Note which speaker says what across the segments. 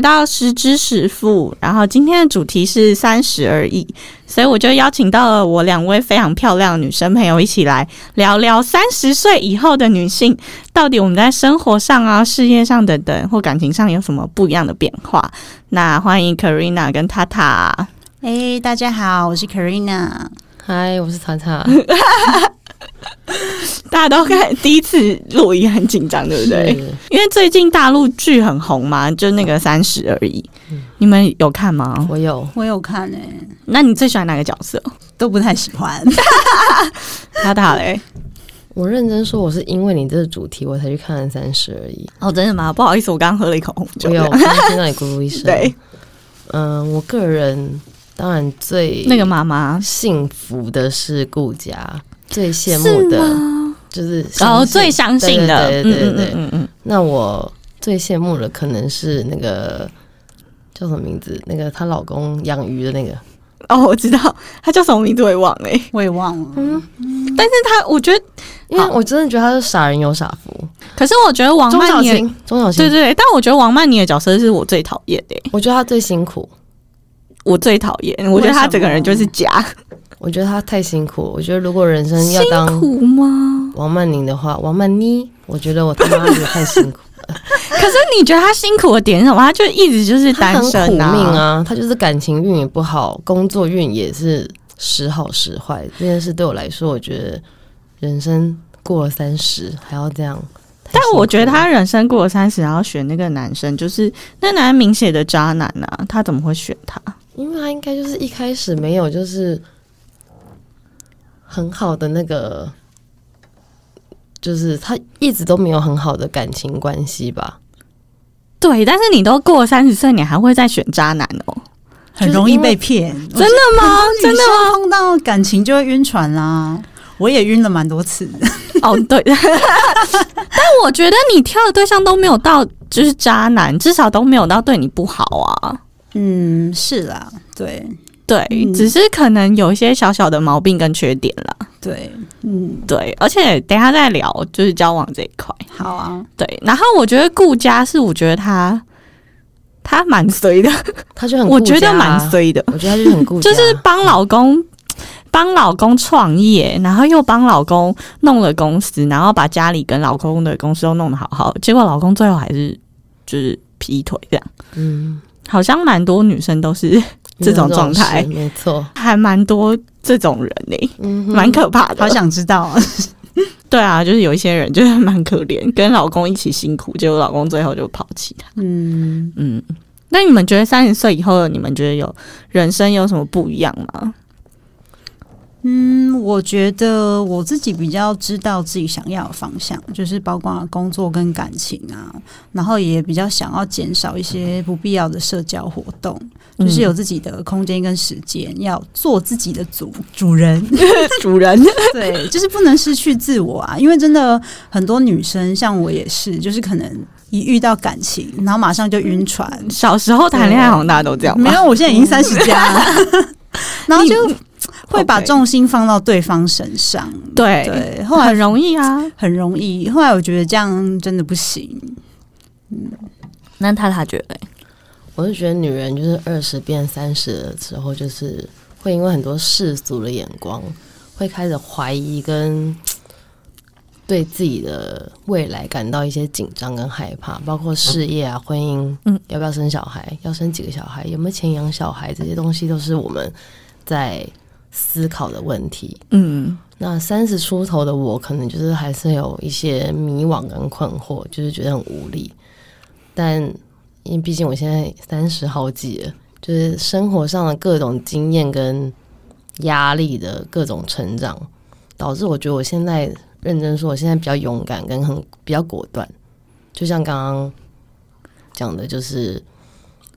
Speaker 1: 到十之十富，然后今天的主题是三十而已，所以我就邀请到了我两位非常漂亮的女生朋友一起来聊聊三十岁以后的女性，到底我们在生活上啊、事业上等等或感情上有什么不一样的变化。那欢迎 Karina 跟 Tata。
Speaker 2: 哎、大家好，我是 Karina。
Speaker 3: 嗨，我是查查，
Speaker 1: 大家都看第一次录音很紧张， 对不对？
Speaker 3: 是
Speaker 1: 因为最近大陆剧很红嘛，就那个《三十而已》，你们有看吗？
Speaker 3: 我有
Speaker 2: 我有看诶、
Speaker 1: 那你最喜欢哪个角色？
Speaker 2: 都不太喜 欢。
Speaker 1: 他打嘞？
Speaker 3: 我认真说，我是因为你这个主题我才去看了三十而已。
Speaker 1: 哦，真的吗？不好意思，我刚喝了一口红酒
Speaker 3: 我。有，我刚刚听到你咕噜一 声。
Speaker 1: 对，
Speaker 3: 嗯、我个人当然最
Speaker 1: 那个妈妈
Speaker 3: 幸福的是顾家，最羡慕的就是
Speaker 1: 哦，
Speaker 3: 相信
Speaker 1: 最相信的，
Speaker 3: 对对对对对
Speaker 1: 嗯嗯嗯嗯
Speaker 3: 那我最羡慕的可能是那个叫什么名字？那个她老公养鱼的那个，
Speaker 1: 嗯。哦，我知道，他叫什么名字我也忘了欸、
Speaker 2: 我也忘了，
Speaker 1: 但是他，我觉得，
Speaker 3: 因为
Speaker 1: 好
Speaker 3: 我真的觉得她是傻人有傻福。
Speaker 1: 可是我觉得王
Speaker 3: 钟小
Speaker 1: 曼妮的，
Speaker 3: 琴，钟小琴，
Speaker 1: 对对对，但我觉得王曼妮的角色是我最讨厌的欸、
Speaker 3: 我觉得她最辛苦。
Speaker 1: 我最讨厌，我觉得她整个人就是假，
Speaker 3: 我觉得她太辛苦。我觉得如果人生要
Speaker 1: 辛
Speaker 3: 当
Speaker 1: 苦啊吗？
Speaker 3: 王曼妮的话，王曼妮，我觉得我他妈的太 辛苦，
Speaker 1: 可是你觉得她辛苦的点是什么？她就一直就是
Speaker 3: 她
Speaker 1: 单
Speaker 3: 很苦
Speaker 1: 身
Speaker 3: 命
Speaker 1: 啊，
Speaker 3: 啊，她就是感情运也不好，工作运也是时好时坏。这件事对我来说，我觉得人生过了三十还要这样。太
Speaker 1: 但
Speaker 3: 辛苦
Speaker 1: 我觉得
Speaker 3: 了
Speaker 1: 她人生过了三十，然后选那个男生，就是那男人明显的渣男啊，她怎么会选他？
Speaker 3: 因为他应该就是一开始没有就是很好的那个，就是他一直都没有很好的感情关系吧，
Speaker 1: 对，但是你都过了三十岁，你还会再选渣男 哦？
Speaker 2: 很容易被骗。
Speaker 1: 真的吗？真的
Speaker 2: 吗？碰到感情就会晕船啦，我也晕了蛮多次。
Speaker 1: 哦，对。 但我觉得你挑的对象都没有到，就是渣男，至少都没有到对你不好啊。
Speaker 2: 嗯，是啦，对
Speaker 1: 对，
Speaker 3: 嗯
Speaker 1: 只是可能有一些小小的毛病跟缺点啦。
Speaker 2: 对，嗯，
Speaker 1: 对，而且等一下再聊，就是交往这一块。
Speaker 2: 好啊，
Speaker 1: 对，然后我觉得顾家是，我觉得他他蛮衰的，
Speaker 3: 他就很
Speaker 1: 我
Speaker 3: 顾
Speaker 1: 觉得
Speaker 3: 家啊
Speaker 1: 蛮衰的，
Speaker 3: 我觉得他就是很顾 家，
Speaker 1: 就是帮老公帮老公创业，然后又帮老公弄了公司，然后把家里跟老公的公司都弄得好好，结果老公最后还是就是劈腿这样，
Speaker 3: 嗯
Speaker 1: 好像蛮多女生都是这种状态
Speaker 3: 有这种事没错，
Speaker 1: 还蛮多这种人呢、
Speaker 3: 嗯哼，
Speaker 1: 蛮可怕的。
Speaker 2: 好想知道啊。
Speaker 1: 对啊，就是有一些人就是蛮可怜，跟老公一起辛苦，结果老公最后就抛弃她。
Speaker 2: 嗯，
Speaker 1: 嗯，那你们觉得三十岁以后，你们觉得有人生有什么不一样吗？
Speaker 2: 嗯，我觉得我自己比较知道自己想要的方向，就是包括工作跟感情啊，然后也比较想要减少一些不必要的社交活动，就是
Speaker 1: 嗯
Speaker 2: 有自己的空间跟时间，要做自己的主主人。
Speaker 1: 主人，
Speaker 2: 对，就是不能失去自我啊，因为真的很多女生，像我也是，就是可能一遇到感情，然后马上就晕船。
Speaker 1: 小时候谈恋爱好像大家都这样吧，
Speaker 2: 没有，我现在已经三十加了， 然后就
Speaker 1: 你
Speaker 2: 会把
Speaker 1: OK
Speaker 2: 重心放到对方身上。
Speaker 1: 对
Speaker 2: 对，后来
Speaker 1: 很容易啊。
Speaker 2: 很容易。后来我觉得这样真的不行。
Speaker 1: 那他他觉得嘞，
Speaker 3: 我是觉得女人就是二十变三十的时候，就是会因为很多世俗的眼光，会开始怀疑跟对自己的未来感到一些紧张跟害怕，包括事业啊、婚姻，
Speaker 1: 嗯
Speaker 3: 要不要生小孩，要生几个小孩，有没有钱养小孩，这些东西都是我们在思考的问题。
Speaker 1: 嗯，
Speaker 3: 那三十出头的我，可能就是还是有一些迷惘跟困惑，就是觉得很无力。但因为毕竟我现在三十好几了，就是生活上的各种经验跟压力的各种成长，导致我觉得我现在认真说，我现在比较勇敢跟很比较果断。就像刚刚讲的，就是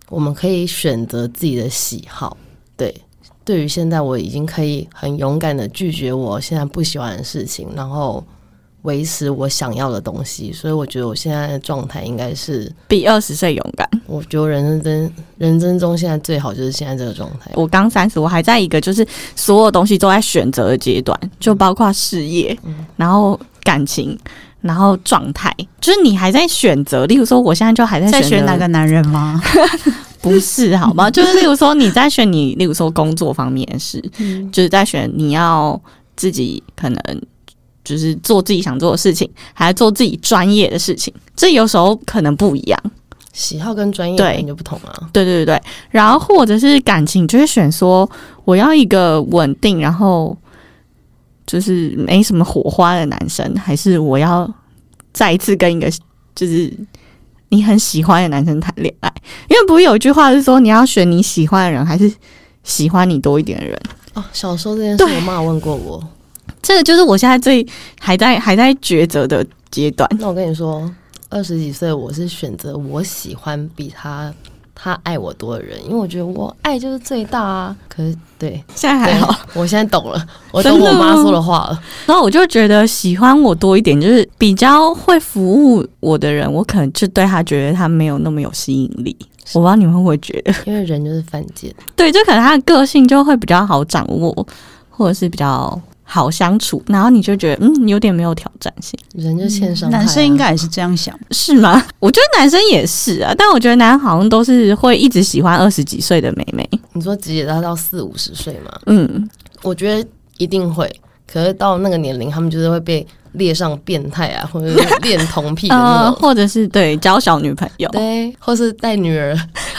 Speaker 3: 我们可以选择自己的喜好，对，对于现在我已经可以很勇敢的拒绝我现在不喜欢的事情，然后维持我想要的东西，所以我觉得我现在的状态应该是，
Speaker 1: 比二十岁勇敢。
Speaker 3: 我觉得我人生真人生中现在最好就是现在这个状态。
Speaker 1: 我刚三十，我还在一个就是
Speaker 2: 嗯
Speaker 1: 所有东西都在选择的阶段，就包括事业，然后感情，然后状态，就是你还在选择。例如说，我现在就还在
Speaker 2: 在
Speaker 1: 选择
Speaker 2: 选哪个男人吗？
Speaker 1: 不是，好吗？就是例如说你在选你，例如说工作方面的事，
Speaker 2: 嗯
Speaker 1: 就是在选你要自己可能就是做自己想做的事情，还要做自己专业的事情，这有时候可能不一样。
Speaker 3: 喜好跟专业
Speaker 1: 对
Speaker 3: 本来就不同啊。
Speaker 1: 对对对对，然后或者是感情，就是选说我要一个稳定，然后就是没什么火花的男生，还是我要再一次跟一个就是你很喜欢的男生谈恋爱？因为不是有一句话是说你要选你喜欢的人，还是喜欢你多一点的人？
Speaker 3: 哦，小时候这件事，
Speaker 1: 对
Speaker 3: 我妈有问过我。
Speaker 1: 这个就是我现在最还在还在抉择的阶段。
Speaker 3: 那我跟你说，二十几岁我是选择我喜欢比他他爱我多的人，因为我觉得我爱就是最大啊。可是对，
Speaker 1: 现在还
Speaker 3: 对
Speaker 1: 好，
Speaker 3: 我现在懂了，我
Speaker 1: 真
Speaker 3: 懂
Speaker 1: 的
Speaker 3: 我妈
Speaker 1: 吗
Speaker 3: 说的话了。
Speaker 1: 然后我就觉得喜欢我多一点，就是比较会服务我的人，我可能就对他觉得他没有那么有吸引力。我不知道你们会不会觉得，
Speaker 3: 因为人就是犯贱，
Speaker 1: 对，就可能他的个性就会比较好掌握，或者是比较好相处，然后你就觉得嗯，有点没有挑战性，
Speaker 3: 人就欠伤、害啊
Speaker 2: 嗯男生应该也是这样想，
Speaker 1: 是吗？我觉得男生也是啊，但我觉得男生好像都是会一直喜欢二十几岁的妹妹，
Speaker 3: 你说直接到到四五十岁嘛，
Speaker 1: 嗯，
Speaker 3: 我觉得一定会。可是到那个年龄，他们就是会被列上变态啊，或者 是恋童癖
Speaker 2: 嗯
Speaker 3: 的那
Speaker 1: 呃，
Speaker 3: 种，
Speaker 1: 或者是对交小女朋友。
Speaker 3: 对，或是带女儿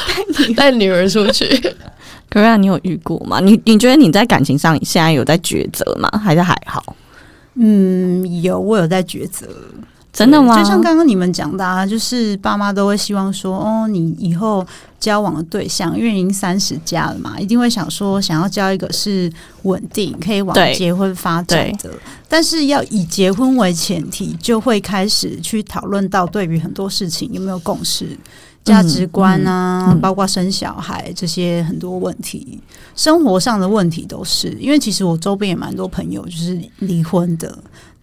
Speaker 3: 带女儿出去。
Speaker 1: 可是你有遇过吗？你你觉得你在感情上现在有在抉择吗？还是还好？
Speaker 2: 嗯，有我有在抉择，
Speaker 1: 真的吗？
Speaker 2: 就像刚刚你们讲的、啊，就是爸妈都会希望说，哦，你以后交往的对象，因为已经三十加了嘛，一定会想说，想要交一个是稳定，可以往
Speaker 1: 对
Speaker 2: 结婚发展的。但是要以结婚为前提，就会开始去讨论到对于很多事情有没有共识。价值观啊，
Speaker 1: 嗯嗯
Speaker 2: 包括生小孩这些很多问题，生活上的问题都是。因为其实我周边也蛮多朋友就是离婚的，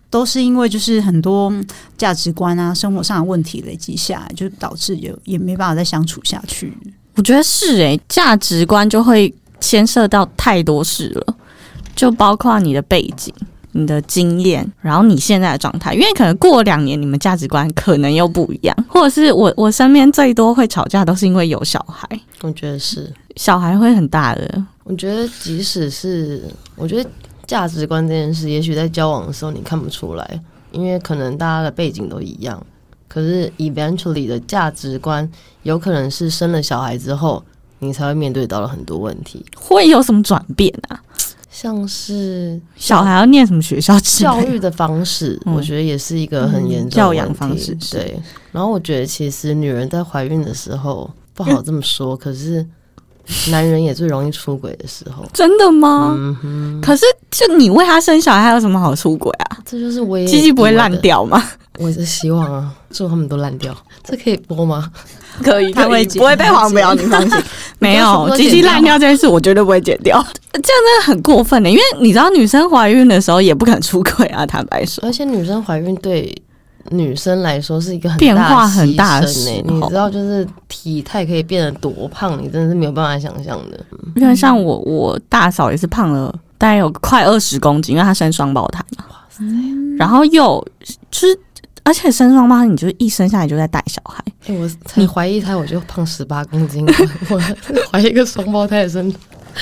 Speaker 2: 都是因为就是很多嗯价值观啊、生活上的问题累积下来，就导致有也没办法再相处下去。
Speaker 1: 我觉得是诶、价值观就会牵涉到太多事了，就包括你的背景、你的经验，然后你现在的状态，因为可能过了两年，你们价值观可能又不一样，或者是我我身边最多会吵架都是因为有小孩，
Speaker 3: 我觉得是，
Speaker 1: 小孩会很大的，
Speaker 3: 我觉得即使是我觉得价值观这件事，也许在交往的时候你看不出来，因为可能大家的背景都一样。可是 eventually 的价值观，有可能是生了小孩之后，你才会面对到了很多问题，
Speaker 1: 会有什么转变啊？
Speaker 3: 像是
Speaker 1: 小孩要念什么学校之
Speaker 3: 教
Speaker 1: 类的？
Speaker 3: 育的方式，
Speaker 1: 嗯
Speaker 3: 我觉得也是一个很严重的
Speaker 1: 教养
Speaker 3: 问题
Speaker 1: 方式是
Speaker 3: 对，然后我觉得其实女人在怀孕的时候不好这么 说，可是男人也最容易出轨的时候。
Speaker 1: 真的吗？
Speaker 3: 嗯哼，
Speaker 1: 可是就你为他生小孩，还有什么好出轨啊？
Speaker 3: 这就是我也
Speaker 1: 鸡鸡不会
Speaker 3: 以为的
Speaker 1: 烂掉吗？
Speaker 3: 我是希望啊，祝他们都烂掉。这可以播吗？
Speaker 1: 可以，
Speaker 2: 他
Speaker 1: 可
Speaker 2: 会
Speaker 1: 以
Speaker 2: 剪
Speaker 1: 不会被黄标，你放心。没有
Speaker 3: 你不要全部都
Speaker 1: 鸡
Speaker 3: 剪掉
Speaker 1: 鸡烂掉这件事，我绝对不会剪掉。这样真的很过分的、欸因为你知道女生怀孕的时候也不肯出轨啊，坦白说。
Speaker 3: 而且女生怀孕对女生来说是一个很
Speaker 1: 变化很大
Speaker 3: 大
Speaker 1: 的
Speaker 3: 的牺牲欸
Speaker 1: 时候
Speaker 3: 你知道，就是体态可以变得多胖，你真的是没有办法想象的。
Speaker 1: 因为像我，我大嫂也是胖了大概有快二十公斤，因为她生双胞胎嘛。然后又就是，而且生双胞胎，你就是一生下来就在带小孩。
Speaker 3: 哎、我才怀一胎我就胖十八公 斤，我我怀一个双胞胎的身，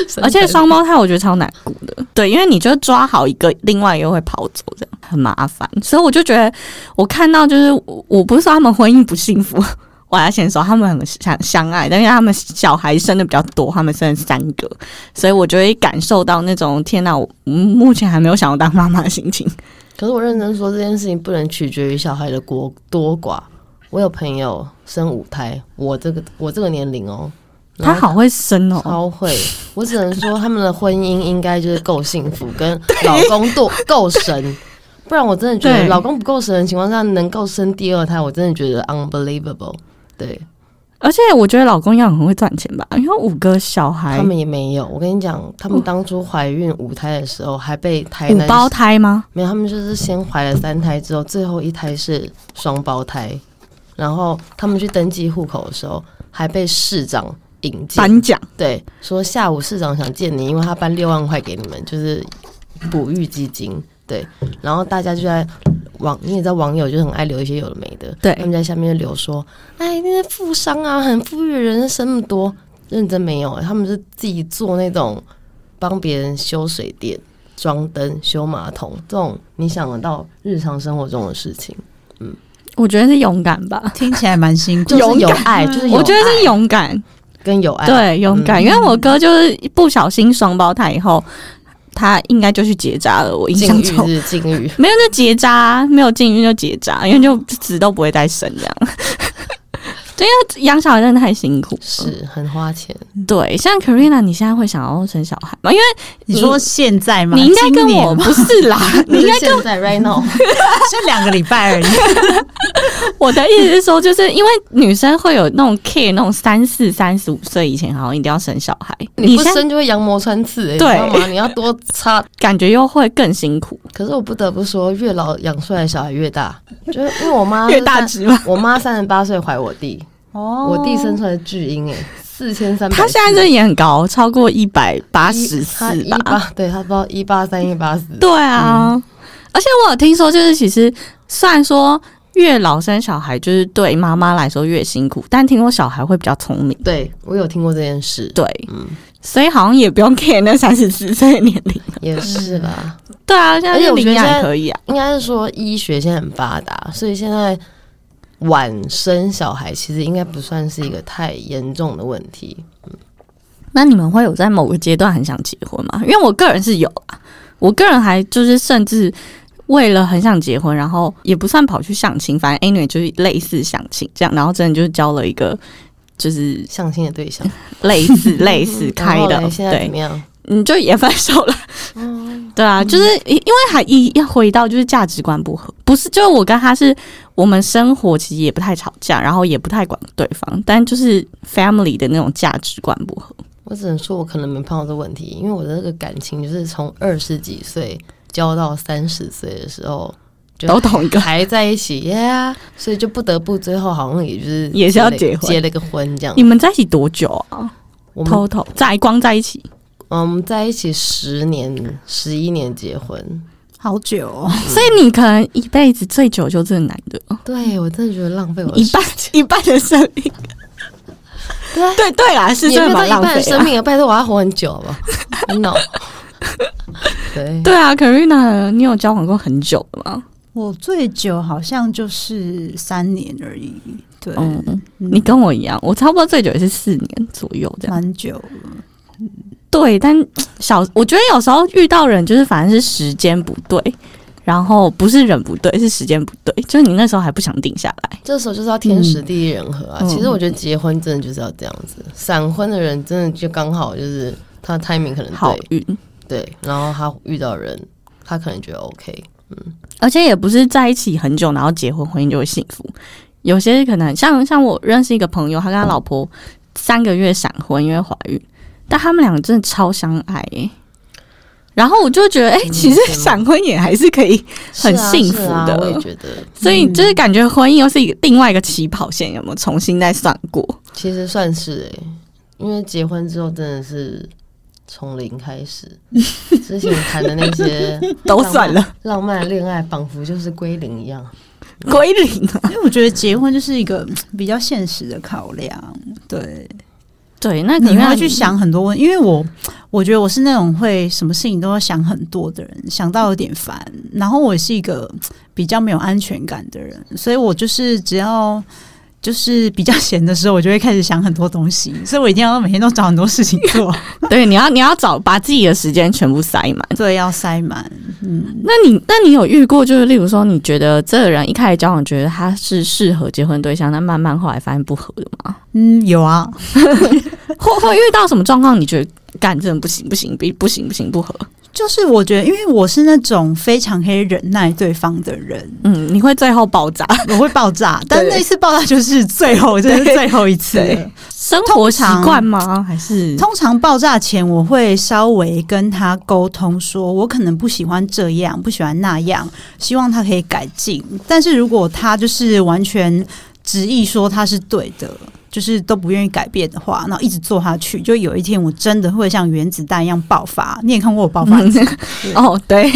Speaker 3: 身
Speaker 1: 而且
Speaker 3: 材
Speaker 1: 双胞胎我觉得超难顾的，对，因为你就抓好一个，另外一个会跑走，这样很麻烦。所以我就觉得，我看到就是我我不是说他们婚姻不幸福， 我要先说他们很相相爱，但是他们小孩生的比较多，他们生了三个，所以我就会感受到那种天哪，我嗯目前还没有想要当妈妈的心情。
Speaker 3: 可是我认真说，这件事情不能取决于小孩的国多寡。我有朋友生五胎，我这个我这个年龄哦，
Speaker 1: 他好会生哦，
Speaker 3: 超会，我只能说他们的婚姻应该就是够幸福，跟老公够够神。不然我真的觉得
Speaker 1: 对
Speaker 3: 老公不够神的情况下，能够生第二胎，我真的觉得 unbelievable。对
Speaker 1: 而且我觉得老公要很会赚钱吧，因为五个小
Speaker 3: 他
Speaker 1: 孩，
Speaker 3: 们也没有，我跟你讲，他们当初怀孕五胎的时候，还被台
Speaker 1: 五
Speaker 3: 南
Speaker 1: 胞胎吗？
Speaker 3: 没有，他们就是先怀了三胎之后，最后一胎是双胞胎，然后他们去登记户口的时候，还被市长引荐，
Speaker 1: 颁奖
Speaker 3: 对，说下午市长想见你，因为他颁六万块给你们，就是哺育基金。对，然后大家就在网，你也知道网友就很爱留一些有的没的，
Speaker 1: 对
Speaker 3: 他们在下面就留说，哎，那些富商啊，很富裕的人生那么多，认真没有、欸他们是自己做那种帮别人修水电、装灯、修马桶这种你想得到日常生活中的事情，
Speaker 1: 我觉得是勇敢吧，
Speaker 2: 听起来蛮辛苦
Speaker 3: 就
Speaker 2: 的。
Speaker 3: 是有爱，就是有
Speaker 1: 我觉得
Speaker 3: 爱
Speaker 1: 是勇敢，
Speaker 3: 跟有爱，啊嗯
Speaker 1: 对，勇敢。因为我哥就是不小心双胞胎以后，他应该就去结扎了。我印
Speaker 3: 禁
Speaker 1: 象
Speaker 3: 欲
Speaker 1: 中
Speaker 3: 是禁欲，
Speaker 1: 没有就结扎，没有禁孕就结扎，因为就死都不会再生 这样。对，因为养小孩真的太辛苦了。
Speaker 3: 是很花钱。
Speaker 1: 对，像 Karina，你现在会想要生小孩吗？因为
Speaker 2: 你说现在吗？
Speaker 1: 你应该
Speaker 2: 今
Speaker 1: 跟
Speaker 2: 年
Speaker 1: 我
Speaker 2: 吗
Speaker 1: 不是 啦，你应该
Speaker 3: 现在 right now，
Speaker 2: 这两个礼拜而已。
Speaker 1: 我的意思是说，就是因为女生会有那种 care 那种三四、三十五岁以前好像一定要生小孩，
Speaker 3: 你不
Speaker 1: 现在
Speaker 3: 生就会羊膜穿刺、欸，你知
Speaker 1: 对
Speaker 3: 道吗？你要多擦。
Speaker 1: 感觉又会更辛苦，
Speaker 3: 可是我不得不说，越老养出来的小孩越大，就是因为我妈
Speaker 1: 越大
Speaker 3: 是
Speaker 1: 只嘛。
Speaker 3: 三 我妈三十八岁怀我弟，
Speaker 2: 哦
Speaker 3: 我弟生出来的巨婴、欸，哎，四千三百，
Speaker 1: 她现在真的也很高，超过一百八
Speaker 3: 一
Speaker 1: 十
Speaker 3: 他
Speaker 1: 四
Speaker 3: 一
Speaker 1: 吧？
Speaker 3: 八，对他不知道一八三一八四，
Speaker 1: 对啊，而且我有听说，就是其实虽然说越老生小孩就是对妈妈来说越辛苦，但听说小孩会比较聪明。
Speaker 3: 对我有听过这件事，
Speaker 1: 对，
Speaker 3: 嗯，
Speaker 1: 所以好像也不用 care 那三十四岁的年龄。
Speaker 3: 也是啦。
Speaker 1: 对啊，现在
Speaker 3: 而且
Speaker 1: 就
Speaker 3: 我觉
Speaker 1: 领
Speaker 3: 得
Speaker 1: 养也
Speaker 3: 现在
Speaker 1: 可以啊。
Speaker 3: 应该是说医学现在很发达，所以现在晚生小孩其实应该不算是一个太严重的问题。
Speaker 1: 那你们会有在某个阶段很想结婚吗？因为我个人是有啊，我个人还就是甚至为了很想结婚，然后也不算跑去相亲，反正 anyway 就是类似相亲这样，然后真的就是交了一个就是
Speaker 3: 相亲的对象
Speaker 1: 类似类似开
Speaker 3: 然后
Speaker 1: 的
Speaker 3: 嘞，哦现在怎哦
Speaker 1: 对，
Speaker 3: 么样？
Speaker 1: 你就也分手了。对啊，就是因因为还一要回到就是价值观不合，不是就是我跟他是我们生活其实也不太吵架，然后也不太管对方，但就是 family 的那种价值观不合。
Speaker 3: 我只能说，我可能没碰到这问题，因为我的那个感情就是从二十几岁交到三十岁的时候，就
Speaker 1: 都同一 个
Speaker 3: 还在一起呀所以就不得不最后好像也就是
Speaker 1: 也是要
Speaker 3: 结
Speaker 1: 结
Speaker 3: 了
Speaker 1: 婚
Speaker 3: 结了个婚这样
Speaker 1: 你。们在一起多久
Speaker 3: 哦
Speaker 1: 啊？
Speaker 3: 我们
Speaker 1: 偷偷在光在一起，
Speaker 3: 嗯在一起十年十一年结婚，
Speaker 2: 好久、哦，
Speaker 3: 嗯
Speaker 1: 所以你可能一辈子最久就这个男的，
Speaker 3: 对我真的觉得浪费我的
Speaker 1: 一半一半的生命。
Speaker 3: 对
Speaker 1: 对对啦， 是
Speaker 3: 也
Speaker 1: 真
Speaker 3: 没
Speaker 1: 的蛮
Speaker 3: 有到一
Speaker 1: 浪
Speaker 3: 半的
Speaker 1: 费
Speaker 3: 生
Speaker 1: 的。
Speaker 3: 命啊！拜托，我要活很久吧 ？No，对，
Speaker 1: 对啊，Karina，你有交往过很久的吗？
Speaker 2: 我最久好像就是三年而已，对，
Speaker 1: 嗯，你跟我一样，我差不多最久也是四年左右这样。
Speaker 2: 蛮久了。
Speaker 1: 对，但小我觉得有时候遇到人就是反正是时间不对，然后不是人不对，是时间不对，就是你那时候还不想定下来。
Speaker 3: 这时候就是要天时地利人和啊。
Speaker 1: 嗯
Speaker 3: 其实我觉得结婚真的就是要这样子，闪婚的人真的就刚好就是他的 timing 可能
Speaker 1: 好
Speaker 3: 对
Speaker 1: 运，
Speaker 3: 对，然后他遇到人，他可能觉得 OK。
Speaker 1: 而且也不是在一起很久，然后结婚婚姻就会幸福。有些可能像像我认识一个朋友，他跟他老婆三个月闪婚，因为怀孕，但他们两个真的超相爱、欸。然后我就觉得，哎、其实
Speaker 3: 羡慕
Speaker 1: 闪婚也还是可以，很
Speaker 3: 是啊
Speaker 1: 幸福的
Speaker 3: 是啊我也觉得
Speaker 1: 所以就是感觉婚姻又是一个另外一个起跑线，有没有重新再算过？
Speaker 3: 其实算是哎、因为结婚之后真的是从零开始， 之前谈的那些
Speaker 1: 都算了，
Speaker 3: 浪漫恋爱，仿佛就是归零一样。
Speaker 1: 归零啊。
Speaker 2: 因为我觉得结婚就是一个嗯比较现实的考量，对，
Speaker 1: 对，那
Speaker 2: 你会去想很多问，因为我我觉得我是那种会什么事情都要想很多的人，想到有点烦。然后我也是一个嗯比较没有安全感的人，所以我就是只要就是比较闲的时候，我就会开始想很多东西，所以我一定要每天都找很多事情做，
Speaker 1: 对，你要你要找把自己的时间全部塞满。
Speaker 2: 对，要塞满。
Speaker 1: 那你那你有遇过，就是例如说，你觉得这个人一开始交往觉得他是适合结婚对象，但慢慢后来发现不合的 吗？
Speaker 2: 嗯，有啊，
Speaker 1: 会会遇到什么状况？你觉得干真的不行不行不不行不行不合？
Speaker 2: 就是我觉得，因为我是那种非常可以忍耐对方的人，
Speaker 1: 嗯，你会最后爆炸。
Speaker 2: 我会爆炸，但那一次爆炸就是最后，这是最后一次了。
Speaker 1: 对生活习惯吗？还是
Speaker 2: 通常爆炸前，我会稍微跟他沟通说，我可能不喜欢这样，不喜欢那样，希望他可以改进。但是如果他就是完全执意说他是对的，就是都不愿意改变的话，然后一直做下去，就有一天我真的会像原子弹一样爆发。你也看过我爆发，
Speaker 1: 哦，对。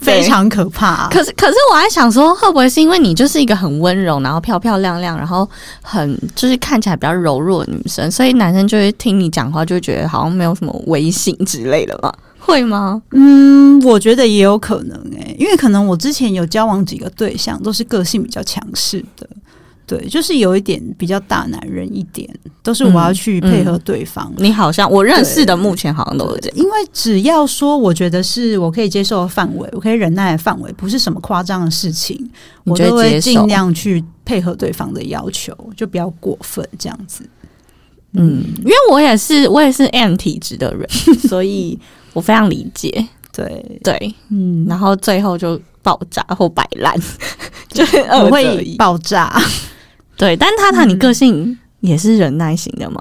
Speaker 2: 非常可怕。
Speaker 1: 可是，可是我还想说，会不会是因为你就是一个很温柔，然后漂漂亮亮，然后很就是看起来比较柔弱的女生，所以男生就会听你讲话，就会觉得好像没有什么危险之类的嘛？会吗？
Speaker 2: 嗯，我觉得也有可能诶、因为可能我之前有交往几个对象，都是个性比较强势的，对，就是有一点比较大男人一点，都是我要去配合对方。
Speaker 1: 嗯你好像我认识的目前好像都是这
Speaker 2: 对
Speaker 1: 样。
Speaker 2: 因为只要说我觉得是我可以接受的范围，我可以忍耐的范围，不是什么夸张的事情，
Speaker 1: 你
Speaker 2: 我
Speaker 1: 就会
Speaker 2: 都会
Speaker 1: 接受
Speaker 2: 尽量去配合对方的要求，就不要过分这样子。
Speaker 1: 嗯，因为我也是我也是 M 体质的 人，所以我非常理解。
Speaker 2: 对，
Speaker 1: 对，
Speaker 2: 嗯，
Speaker 1: 然后最后就爆炸或摆 烂，就是
Speaker 2: 我
Speaker 1: 二择
Speaker 2: 会
Speaker 1: 一。
Speaker 2: 爆炸。
Speaker 1: 对，但塔塔，你个性也是忍耐型的吗？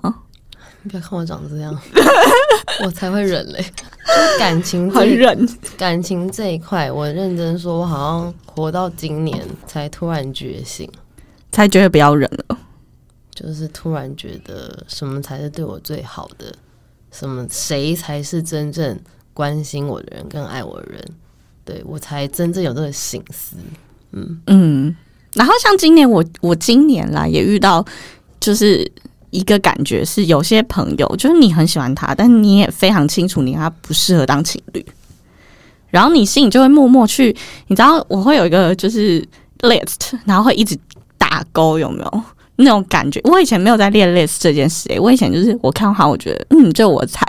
Speaker 3: 你不要看我长这 样，我才会忍嘞。就是感情这
Speaker 1: 很忍，
Speaker 3: 感情这一块，我认真说，我好像活到今年才突然觉醒，
Speaker 1: 才觉得不要忍了。
Speaker 3: 就是突然觉得什么才是对我最好的，什么谁才是真正关心我的人跟爱我的人，对我才真正有这个醒思。
Speaker 1: 嗯，然后像今年我我今年啦也遇到，就是一个感觉是有些朋友，就是你很喜欢他，但你也非常清楚你跟他不适合当情侣，然后你心里就会默默去，你知道我会有一个就是 list，然后会一直打勾，有没有？那种感觉，我以前没有在列 list 这件事、欸，我以前就是我看到他，我觉得嗯，就我才，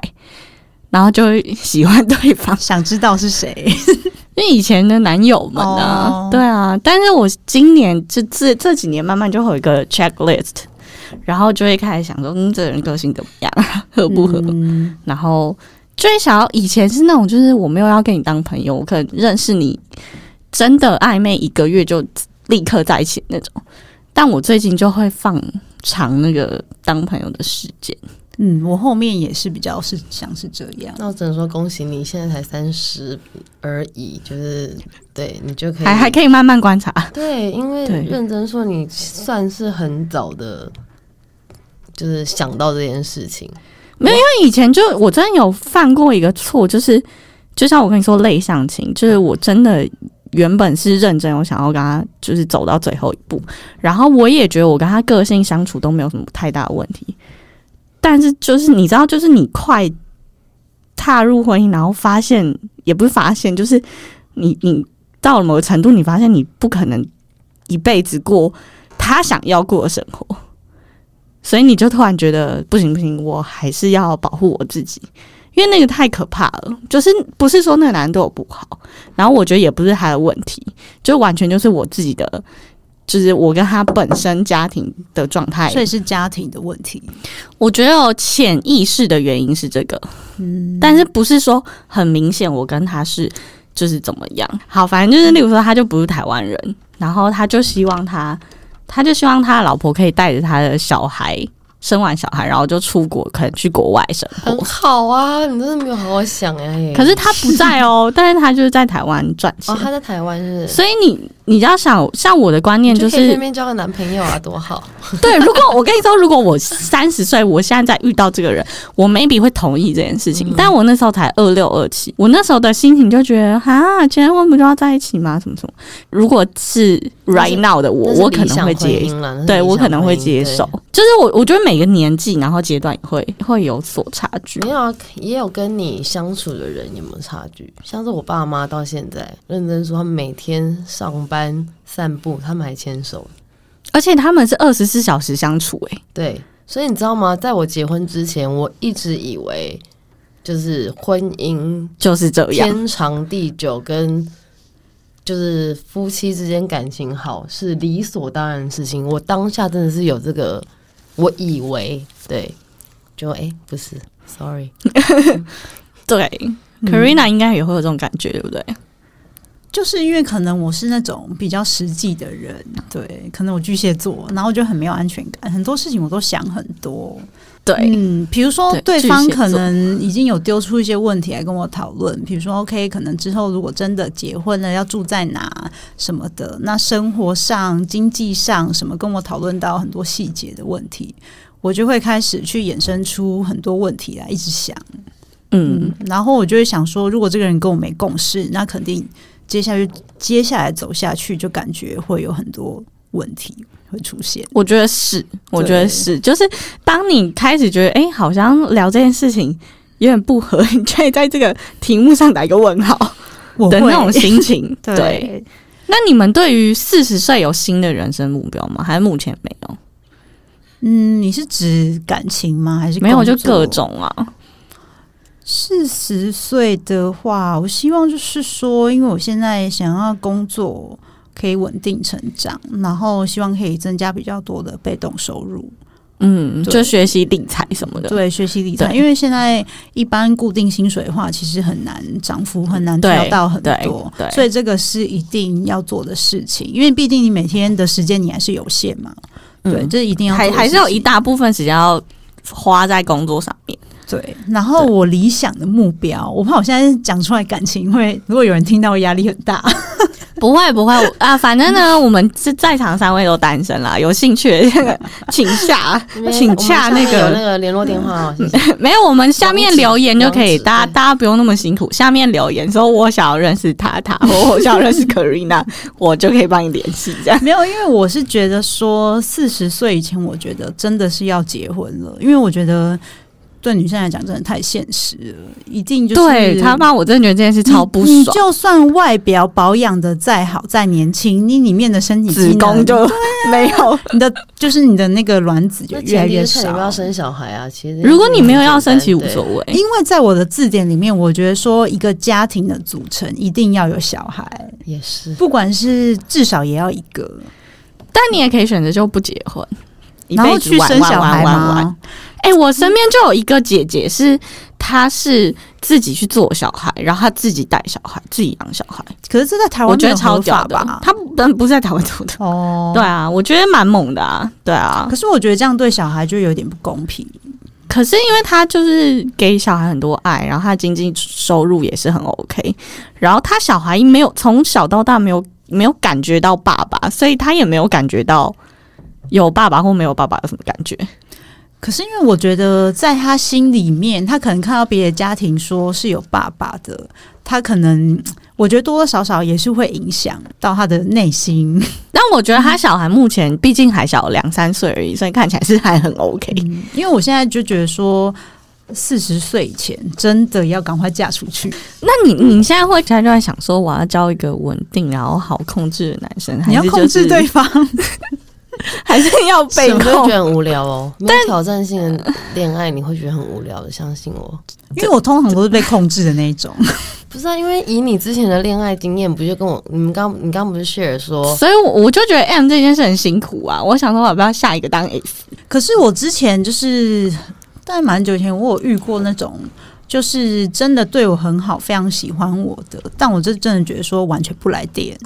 Speaker 1: 然后就会喜欢对方，
Speaker 2: 想知道是谁？
Speaker 1: 因为以前的男友们啊，
Speaker 2: 哦
Speaker 1: 对啊，但是我今年这这这几年慢慢就会有一个 checklist，然后就会开始想说，嗯，这个人个性怎么样， 合不合，
Speaker 2: 嗯
Speaker 1: 然后就会想要以前是那种，就是我没有要跟你当朋友，我可能认识你真的暧昧一个月就立刻在一起那种，但我最近就会放长那个当朋友的时间，
Speaker 2: 嗯，我后面也是比较是想是这样。
Speaker 3: 那我只能说恭喜你，现在才三十而已，就是对你就可以
Speaker 1: 还还可以慢慢观察，
Speaker 3: 对，因为
Speaker 1: 对
Speaker 3: 认真说，你算是很早的，就是想到这件事情。
Speaker 1: 以前就我真的有犯过一个错，就是就像我跟你说类相亲，就是我真的原本是认真，我想要跟他就是走到最后一步，然后我也觉得我跟他个性相处都没有什么太大的问题，但是就是你知道，就是你快踏入婚姻，然后发现也不是发现，就是你你到了某个程度，你发现你不可能一辈子过他想要过的生活。所以你就突然觉得不行不行，我还是要保护我自己，因为那个太可怕了。就是不是说那个男人对我不好，然后我觉得也不是他的问题，就完全就是我自己的，就是我跟他本身家庭的状态。
Speaker 2: 所以是家庭的问题，
Speaker 1: 我觉得有潜意识的原因是这个，嗯，但是不是说很明显我跟他是就是怎么样？好，反正就是例如说他就不是台湾人，然后他就希望他，他就希望他的老婆可以带着他的小孩。生完小孩，然后就出国，可能去国外生
Speaker 3: 很
Speaker 1: 活。
Speaker 3: 好啊，你真的没有好好想哎、
Speaker 1: 可是他不在哦，但是他就是在台湾赚钱
Speaker 3: 哦，，他在台湾是不是，
Speaker 1: 所以你你要想，像我的观念就
Speaker 3: 你可以
Speaker 1: 是
Speaker 3: 那，边交个男朋友啊，多好！
Speaker 1: 对，如果我跟你说，如果我三十岁，我现在在遇到这个人，我 maybe 会同意这件事
Speaker 3: 嗯
Speaker 1: 情。但我那时候才二六二七，我那时候的心情就觉得，哈，结婚不就要在一起吗？什么什么？如果是
Speaker 3: 那是
Speaker 1: right now 的我，我可能会接受，
Speaker 3: 受
Speaker 1: 对我可能会接受。就是我，我觉得每个年纪，然后阶段也会会有所差距。
Speaker 3: 没有啊，也有跟你相处的人有没有差距？像是我爸妈到现在，认真说，他们每天上班散步，他们还牵手。
Speaker 1: 而且他们是二十四小时相处、欸，
Speaker 3: 对，所以你知道吗？在我结婚之前，我一直以为就是婚姻
Speaker 1: 就是这样。
Speaker 3: 天长地久跟就是夫妻之间感情好是理所当然的事情。我当下真的是有这个，我以为对，就哎、不是，sorry，嗯
Speaker 1: 对、k a r i n a 应该也会有这种感觉，对不对？
Speaker 2: 就是因为可能我是那种比较实际的人，对，可能我巨蟹座，然后就很没有安全感，很多事情我都想很多。
Speaker 1: 对，
Speaker 2: 嗯，比如说
Speaker 1: 对
Speaker 2: 对
Speaker 1: 巨
Speaker 2: 方
Speaker 1: 蟹
Speaker 2: 可
Speaker 1: 座
Speaker 2: 能已经有丢出一些问题来跟我讨论，比如说 OK，可能之后如果真的结婚了，要住在哪什么的，那生活上、经济上什么跟我讨论到很多细节的问题，我就会开始去衍生出很多问题来，一直想。
Speaker 1: 嗯
Speaker 2: 嗯，然后我就会想说，如果这个人跟我没共识，那肯定接下去接下来走下去，就感觉会有很多问题会出现。
Speaker 1: 我觉得是，我觉得是，就是当你开始觉得，哎、好像聊这件事情有点不合， 你就会在这个题目上打一个问号
Speaker 2: 我
Speaker 1: 的
Speaker 2: 会。
Speaker 1: 那种心情
Speaker 2: 对
Speaker 1: 对，那你们对于四十岁有新的人生目标吗？还是目前没有？
Speaker 2: 嗯，你是指感情吗？还是
Speaker 1: 没有，
Speaker 2: 工
Speaker 1: 就
Speaker 2: 作
Speaker 1: 各。种啊。
Speaker 2: 四十岁的话，我希望就是说，因为我现在想要工作可以稳定成长，然后希望可以增加比较多的被动收入。
Speaker 1: 嗯，
Speaker 2: 对
Speaker 1: 就学习理财什么的。
Speaker 2: 对，学习理财，
Speaker 1: 对
Speaker 2: 因为现在一般固定薪水的话，其实很难涨幅，很难
Speaker 1: 对
Speaker 2: 调到很
Speaker 1: 对
Speaker 2: 多
Speaker 1: 对，
Speaker 2: 所以这个是一定要做的事情，因为毕竟你每天的时间你还是有限嘛，
Speaker 1: 嗯
Speaker 2: 对，这一定要做
Speaker 1: 还
Speaker 2: 的
Speaker 1: 还是有
Speaker 2: 事
Speaker 1: 一
Speaker 2: 情
Speaker 1: 大部分时间要花在工作上面。
Speaker 2: 对。然后我理想的目标，我怕我现在讲出来感情会，如果有人听到压力很 大，
Speaker 1: 不会不会我 啊，反正呢，我们是在场三位都单身啦，有兴趣的 这个请下，请洽
Speaker 3: 我们
Speaker 1: 那
Speaker 3: 下面有那
Speaker 1: 个。
Speaker 3: 个联络电话哦，谢谢。
Speaker 1: 没有，我们下面留言就可以，
Speaker 3: 网址
Speaker 1: 大家
Speaker 3: 对
Speaker 1: 大家不用那么辛苦。下面留言说我想要认识他， 他或我想要认识 Karina，我就可以帮你联系这样。
Speaker 2: 没有，因为我是觉得说四十岁以前，我觉得真的是要结婚了，因为我觉得。对女生来讲，真的太现实了，一定就是
Speaker 1: 对他妈，我真的觉得这件事超不
Speaker 2: 你你
Speaker 1: 爽。
Speaker 2: 就算外表保养的再好、再年轻，你里面的身体机
Speaker 1: 子
Speaker 2: 能
Speaker 1: 宫就没有。
Speaker 2: 你的就是你的那个卵子就
Speaker 3: 那
Speaker 2: 越来
Speaker 3: 前提
Speaker 2: 越
Speaker 3: 是看你要不
Speaker 2: 少
Speaker 3: 要。生小孩啊？其实
Speaker 1: 如果你没有要
Speaker 3: 很简
Speaker 1: 生，
Speaker 3: 单
Speaker 1: 其实无
Speaker 3: 对
Speaker 1: 所谓。
Speaker 2: 因为在我的字典里面，我觉得说一个家庭的组成一定要有小孩，
Speaker 3: 也是。
Speaker 2: 不管是至少也要一个，
Speaker 1: 但你也可以选择就不结婚，一
Speaker 2: 然后
Speaker 1: 辈子
Speaker 2: 去
Speaker 1: 玩
Speaker 2: 生小
Speaker 1: 玩玩玩
Speaker 2: 孩
Speaker 1: 玩
Speaker 2: 吗？
Speaker 1: 哎、我身边就有一个姐姐是，她是自己去做小孩，然后她自己带小孩，自己养小孩，
Speaker 2: 可是这在台湾
Speaker 1: 我觉得
Speaker 2: 没有
Speaker 1: 超
Speaker 2: 合
Speaker 1: 屌
Speaker 2: 法
Speaker 1: 的
Speaker 2: 吧。？
Speaker 1: 她不不是在台湾做的，
Speaker 2: 哦，
Speaker 1: 对。啊，我觉得蛮猛的啊，对啊
Speaker 2: 可。是我觉得这样对小孩就有点不公平。
Speaker 1: 可是因为她就是给小孩很多爱，然后她经济收入也是很 OK，然后她小孩没有从小到大没有没有感觉到爸爸，所以她也没有感觉到有爸爸或没有爸爸有什么感觉。
Speaker 2: 可是因为我觉得，在他心里面，他可能看到别的家庭说是有爸爸的，他可能我觉得多多少少也是会影响到他的内心。
Speaker 1: 但我觉得他小孩目前毕竟还小两三岁而已，所以看起来是还很 OK。
Speaker 2: 因为我现在就觉得说，四十岁以前真的要赶快嫁出去。
Speaker 1: 那你你现在会现在就在想说，我要交一个稳定然后好控制的男生，还是、
Speaker 2: 你要
Speaker 1: 就是、
Speaker 2: 控制对，方，
Speaker 1: 还是要被
Speaker 3: 我就
Speaker 1: 控
Speaker 3: 觉？得很无聊哦，没有挑战性的恋爱你会觉得很无聊的，相信我。
Speaker 2: 因为我通常都是被控制的那一种。
Speaker 3: 不是啊，因为以你之前的恋爱经验，不就跟我你们刚你刚不是 share 说，
Speaker 1: 所以我我就觉得 M 这件事很辛苦啊。我想说，我要不要下一个当 F？
Speaker 2: 可是我之前就是，但蛮久以前我有遇过那种，就是真的对我很好，非常喜欢我的，但我就真的觉得说完全不来电。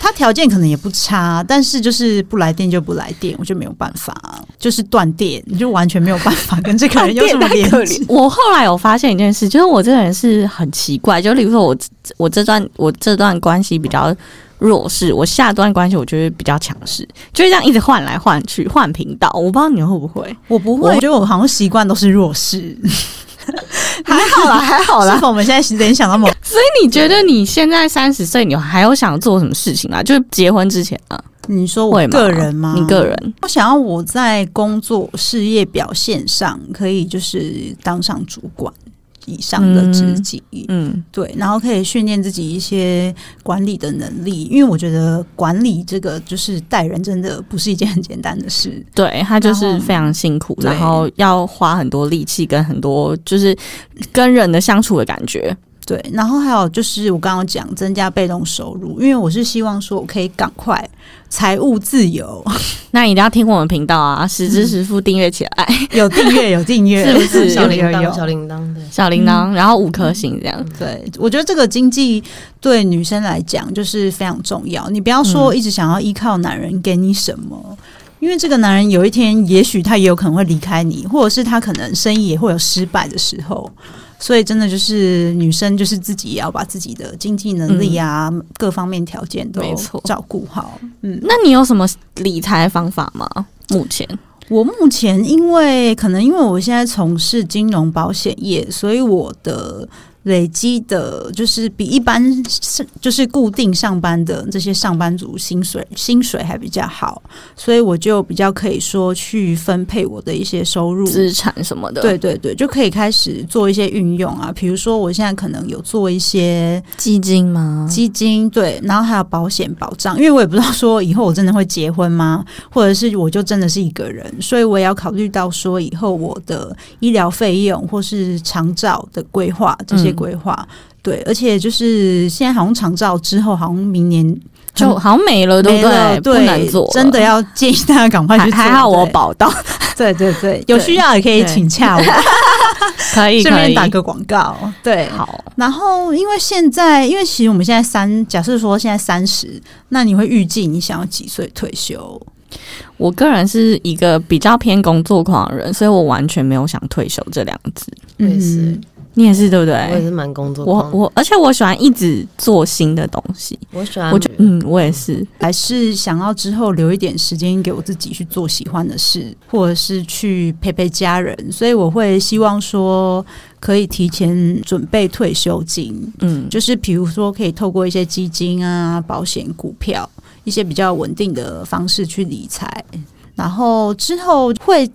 Speaker 2: 他条件可能也不差，但是就是不来电就不来电，我就没有办法，就是断电，你就完全没有办法跟这个人有什么连
Speaker 1: 可
Speaker 2: 接
Speaker 1: 怜。。我后来有发现一件事，就是我这个人是很奇怪，就例如说我我这段我这段关系比较弱势，我下段关系我觉得比较强势，就是这样一直换来换去换频道。我不知道你们会不会。
Speaker 2: 我不会，我觉得我好像习惯都是弱势。
Speaker 1: 还好啦，还好
Speaker 2: 是。否我们现在联想到某？
Speaker 1: 所以你觉得你现在三十岁，你还有想做什么事情啊？就是结婚之前啊，
Speaker 2: 你说
Speaker 1: 会
Speaker 2: 我
Speaker 1: 吗
Speaker 2: 个人吗？
Speaker 1: 你个人
Speaker 2: 我想要我在工作事业表现上可以就是当上主管以上的职级，
Speaker 1: 嗯，
Speaker 2: 对，然后可以训练自己一些管理的能力，因为我觉得管理这个就是带人真的不是一件很简单的事。
Speaker 1: 对他就是
Speaker 2: 然后
Speaker 1: 非常辛苦，
Speaker 2: 对
Speaker 1: 然后要花很多力气跟很多就是跟人的相处的感觉。
Speaker 2: 对，然后还有就是我刚刚讲增加被动收入，因为我是希望说我可以赶快财务自由，
Speaker 1: 那一定要听我们频道啊，
Speaker 2: 嗯
Speaker 1: 实支实付订阅起来，
Speaker 2: 有订阅有订阅，
Speaker 1: 是不 是
Speaker 3: 小铃
Speaker 2: 有有
Speaker 3: 铛，
Speaker 2: 有
Speaker 3: 小铃铛对。
Speaker 1: 小铃
Speaker 2: 嗯
Speaker 1: 铛，然后五颗星这样。
Speaker 2: 对，我觉得这个经济对女生来讲就是非常重要。你不要
Speaker 1: 嗯
Speaker 2: 说一直想要依靠男人给你什么，因为这个男人有一天，也许他也有可能会离开你，或者是他可能生意也会有失败的时候。所以，真的就是女生就是自己也要把自己的经济能力啊，各方面条件都
Speaker 1: 嗯没错
Speaker 2: 照顾好。嗯，
Speaker 1: 那你有什么理财方法吗？目前
Speaker 2: 我目前因为可能因为我现在从事金融保险业，所以我的累积的，就是比一般是就是固定上班的这些上班族薪水薪水还比较好，所以我就比较可以说去分配我的一些收入。
Speaker 1: 资产什么的，
Speaker 2: 对对对，就可以开始做一些运用啊，比如说我现在可能有做一些
Speaker 1: 基金吗？
Speaker 2: 基金对，然后还有保险保障，因为我也不知道说以后我真的会结婚吗，或者是我就真的是一个人，所以我也要考虑到说以后我的医疗费用或是长照的规划这
Speaker 1: 嗯
Speaker 2: 些规划。对，而且就是现在好像长照之后，好像明年
Speaker 1: 就好像没了，对
Speaker 2: 嗯没
Speaker 1: 不
Speaker 2: 了，
Speaker 1: 不能做了，
Speaker 2: 真的要建议大家赶快
Speaker 1: 还
Speaker 2: 去做。
Speaker 1: 还好我
Speaker 2: 对，
Speaker 1: 保到，
Speaker 2: 对对对，有需要也可以
Speaker 1: 对
Speaker 2: 请洽我，
Speaker 1: 可以
Speaker 2: 顺
Speaker 1: 可
Speaker 2: 便
Speaker 1: 以
Speaker 2: 打个广告。对，
Speaker 1: 好，
Speaker 2: 然后，因为现在，因为其实我们现在三，假设说现在三十，那你会预计你想要几岁退休？
Speaker 1: 我个人是一个比较偏工作狂的人，所以我完全没有想退休这两个字。
Speaker 3: 我也是
Speaker 2: 嗯
Speaker 1: 你也是对不
Speaker 3: 我也
Speaker 1: 对？
Speaker 3: 是蛮工作
Speaker 1: 我
Speaker 3: 狂的，
Speaker 1: 我，而且我喜欢一直做新的东西。
Speaker 3: 我喜欢
Speaker 1: 我就嗯，我也是。
Speaker 2: 还是想要之后留一点时间给我自己去做喜欢的事，或者是去陪陪家人。所以我会希望说，可以提前准备退休金，
Speaker 1: 嗯，
Speaker 2: 就是比如说可以透过一些基金啊、保险、股票一些比较稳定的方式去理财，然后之后会。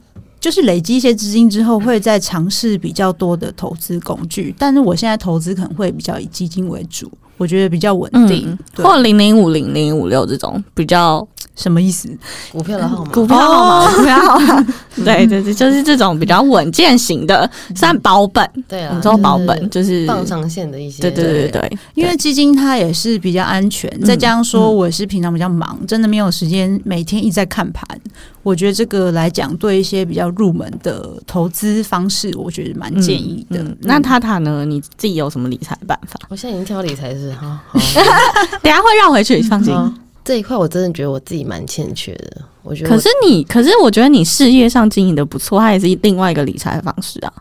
Speaker 2: 就是累积一些资金之后，会再尝试比较多的投资工具，但是我现在投资可能会比较以基金为主，我觉得比较稳定。
Speaker 1: 嗯，
Speaker 2: 对
Speaker 1: 或零零五零零五六这种比较
Speaker 2: 什么意思？
Speaker 3: 股票的号码，
Speaker 1: 股票号码，股票号 码，对
Speaker 2: 嗯
Speaker 1: 对对，就是这种比较稳健型的，算保本，
Speaker 3: 对
Speaker 1: 我
Speaker 3: 啊，
Speaker 1: 们说保
Speaker 3: 就
Speaker 1: 本
Speaker 3: 是
Speaker 1: 就是，
Speaker 3: 放长线的一些，
Speaker 1: 对对对对对，嗯
Speaker 2: 因为基金它也是比较安全，再加上说我也是平常比较忙，真的没有时间每天一直在看盘。我觉得这个来讲，对一些比较入门的投资方式，我觉得蛮建议的。
Speaker 1: 嗯
Speaker 2: 嗯
Speaker 1: 那塔塔呢？你自己有什么理财办法？
Speaker 3: 我现在已经跳理财是哈， 好
Speaker 1: 等一下会绕回去，放心。
Speaker 3: 嗯好这一块我真的觉得我自己蛮欠缺的，我觉得
Speaker 1: 可
Speaker 3: 我
Speaker 1: 是你，可是我觉得你事业上经营的不错，它也是另外一个理财方式啊。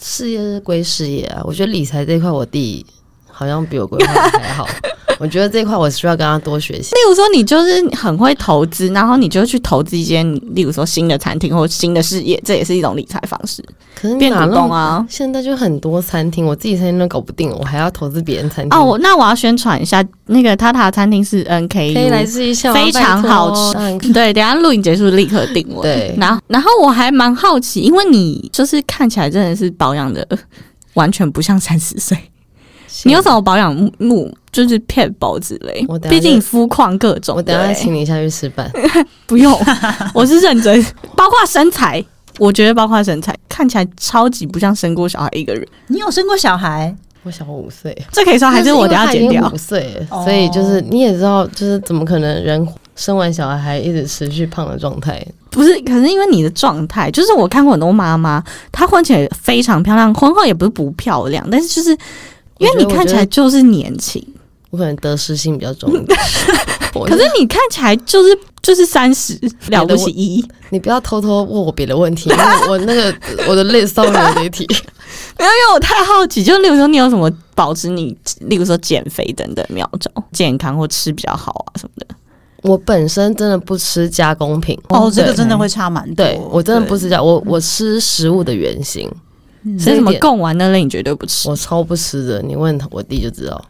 Speaker 3: 事业是归事业啊，我觉得理财这一块我弟好像比我规划的还好， 我觉得这一块我需要跟他多学习。
Speaker 1: 例如说，你就是很会投资，然后你就去投资一些，例如说新的餐厅或新的事业，这也是一种理财方式，
Speaker 3: 可是你
Speaker 1: 变
Speaker 3: 嗯哪
Speaker 1: 股东
Speaker 3: 弄？
Speaker 1: 啊。
Speaker 3: 现在就很多餐厅，我自己餐厅都搞不定，我还要投资别人餐厅
Speaker 1: 哦，我那我要宣传一下，那个塔塔餐厅是 N K
Speaker 3: 可以来试一下，哦
Speaker 1: 非常好吃
Speaker 3: 拜托。
Speaker 1: 对，等一下录影结束立刻定位。
Speaker 3: 对
Speaker 1: 然后然后我还蛮好奇，因为你就是看起来真的是保养的完全不像三十岁，你有什么保养目就是骗保之类
Speaker 3: 我？等下
Speaker 1: 毕
Speaker 3: 就
Speaker 1: 竟你肤况各种的欸，
Speaker 3: 我等一下请你下去吃饭。
Speaker 1: 不用， 我是认真，包括身材，我觉得包括身材看起来超级不像生过小孩一个人，
Speaker 2: 你有生过小孩？
Speaker 3: 我小我五岁，
Speaker 1: 这可以说还是我等
Speaker 3: 等
Speaker 1: 下剪掉
Speaker 3: 五。岁了，
Speaker 2: 哦
Speaker 3: 所以就是你也知道，就是怎么可能人生完小孩还一直持续胖的状态？
Speaker 1: 不是，可是因为你的状态，就是我看过很多妈妈，她婚前非常漂亮，婚后也不是不漂亮，但是就是因为你看起来就是年轻，
Speaker 3: 我可能得失心比较重一点。我
Speaker 1: 可是你看起来就是就是三十了不起一，
Speaker 3: 你不要偷偷问我别的问题，因为我那个我的 list 上面有这一题。
Speaker 1: 没有，因为我太好奇，就例如说你有什么保持你，例如说减肥等等妙招，健康或吃比较好啊什么的。
Speaker 3: 我本身真的不吃加工品，
Speaker 2: 哦，这
Speaker 3: 对
Speaker 2: 个真的会差蛮多。
Speaker 3: 对我真的不
Speaker 2: 对
Speaker 3: 吃加，我我吃食物的原型，
Speaker 1: 所以嗯什
Speaker 3: 嗯这一
Speaker 1: 么
Speaker 3: 点
Speaker 1: 贡丸那类你绝对不吃，
Speaker 3: 我超不吃的。你问我弟就知道，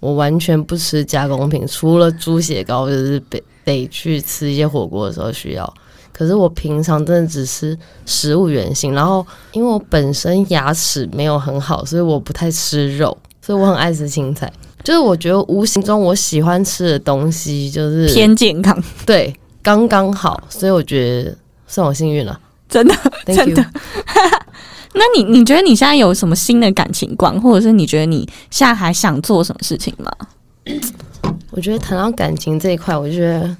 Speaker 3: 我完全不吃加工品，除了猪血糕，就是得得去吃一些火锅的时候需要。可是我平常真的只吃食物原型，然后因为我本身牙齿没有很好，所以我不太吃肉，所以我很爱吃青菜。就是我觉得无形中我喜欢吃的东西就是
Speaker 1: 偏健康，
Speaker 3: 对 刚刚好，所以我觉得算我幸运了。
Speaker 1: 真的
Speaker 3: Thank
Speaker 1: 真
Speaker 3: you
Speaker 1: 的。那那你你觉得你现在有什么新的感情观，或者是你觉得你现在还想做什么事情吗？
Speaker 3: 我觉得谈到感情这一块，我就觉得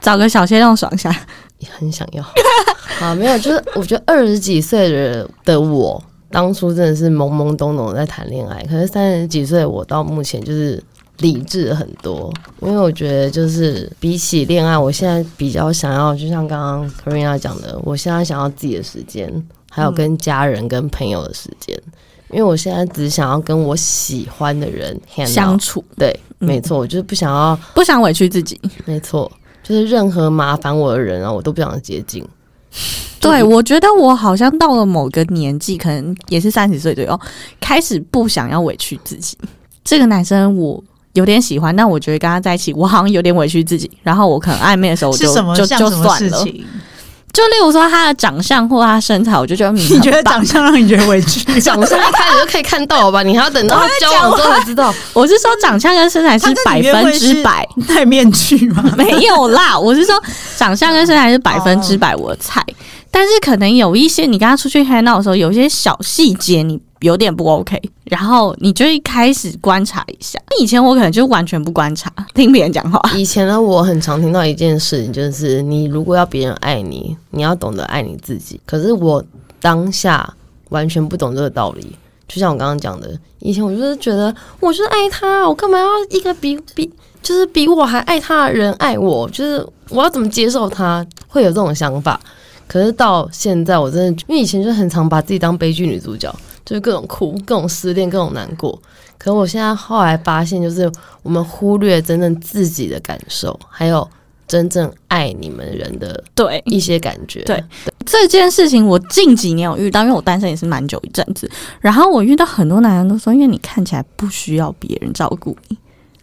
Speaker 1: 找个小鲜肉爽一下，
Speaker 3: 也很想要 啊，没有，就是我觉得二十几岁的的我，当初真的是懵懵懂懂地在谈恋爱，可是三十几岁的我到目前就是理智很多，因为我觉得就是比起恋爱，我现在比较想要，就像刚刚 Karina 讲的，我现在想要自己的时间，还有跟家人、跟朋友的时间。因为我现在只想要跟我喜欢的人 hang out
Speaker 1: 相处，
Speaker 3: 对，
Speaker 1: 嗯
Speaker 3: 没错，我就是不想要
Speaker 1: 不想委屈自己。
Speaker 3: 没错，就是任何麻烦我的人啊，我都不想接近。
Speaker 1: 对，我觉得我好像到了某个年纪，可能也是三十岁左右，开始不想要委屈自己。这个男生我有点喜欢，但我觉得跟他在一起，我好像有点委屈自己。然后我可能暧昧的时候，我
Speaker 2: 是
Speaker 1: 就
Speaker 2: 什么
Speaker 1: 就
Speaker 2: 像
Speaker 1: 就
Speaker 2: 什么
Speaker 1: 算
Speaker 2: 事
Speaker 1: 了。
Speaker 2: 情？
Speaker 1: 就例如说他的长相或他身材，我就觉得 嗯
Speaker 2: 你觉得
Speaker 1: 很棒
Speaker 2: 长相让你觉得委屈？
Speaker 3: 长相一开始就可以看到了吧？你还要等到交往之后才知道。
Speaker 1: 我是说长相跟身材是
Speaker 2: 他跟
Speaker 1: 百
Speaker 2: 你约
Speaker 1: 分
Speaker 2: 会
Speaker 1: 之
Speaker 2: 是
Speaker 1: 百，
Speaker 2: 戴面具吗？
Speaker 1: 没有啦，我是说长相跟身材是百分之百我的菜，但是可能有一些你跟他出去 hang out 的时候，有一些小细节你有点不 OK，然后你就一开始观察一下。以前我可能就完全不观察，听别人讲话。
Speaker 3: 以前呢，我很常听到一件事情，就是你如果要别人爱你，你要懂得爱你自己。可是我当下完全不懂这个道理。就像我刚刚讲的，以前我就是觉得，我就是爱他，我干嘛要一个比 比就是比我还爱他的人爱我？就是我要怎么接受他？会有这种想法。可是到现在，我真的因为以前就很常把自己当悲剧女主角，就是各种哭、各种失恋、各种难过。可我现在后来发现，就是我们忽略真正自己的感受，还有真正爱你们人的
Speaker 1: 对，
Speaker 3: 一些感觉。
Speaker 1: 对这件事情我近几年有遇到，因为我单身也是蛮久一阵子，然后我遇到很多男人都说，因为你看起来不需要别人照顾你，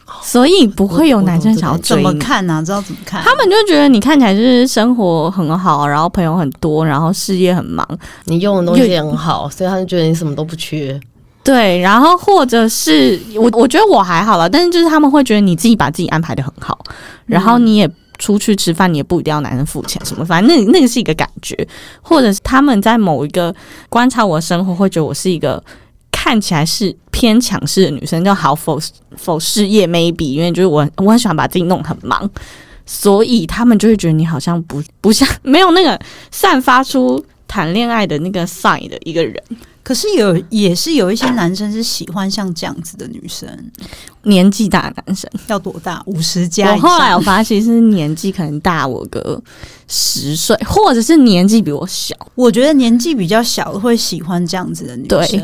Speaker 2: 哦
Speaker 1: 所以不会有男生想要
Speaker 2: 怎
Speaker 1: 追
Speaker 2: 么
Speaker 1: 你。
Speaker 2: 看啊呢、知道怎么看？
Speaker 1: 他们就觉得你看起来就是生活很好，然后朋友很多，然后事业很忙，
Speaker 3: 你用的东西也很好，所以他就觉得你什么都不缺。
Speaker 1: 对，然后或者是我，我觉得我还好了，但是就是他们会觉得你自己把自己安排的很好，然后你也出去吃饭，你也不一定要男生付钱什么，反正那那个是一个感觉，或者是他们在某一个观察我的生活，会觉得我是一个看起来是偏强势的女生，就好否否事业 maybe，因为就是我我很喜欢把自己弄得很忙。所以他们就会觉得你好像不不像没有那个散发出谈恋爱的那个 sign 的一个人，
Speaker 2: 可是有也是有一些男生是喜欢像这样子的女生，
Speaker 1: 年纪大的男生。
Speaker 2: 要多大？五十加
Speaker 1: 我
Speaker 2: 以
Speaker 1: 后来
Speaker 2: 上
Speaker 1: 我发现是年纪可能大我个十岁，或者是年纪比我小。
Speaker 2: 我觉得年纪比较小会喜欢这样子的女
Speaker 1: 对
Speaker 2: 生，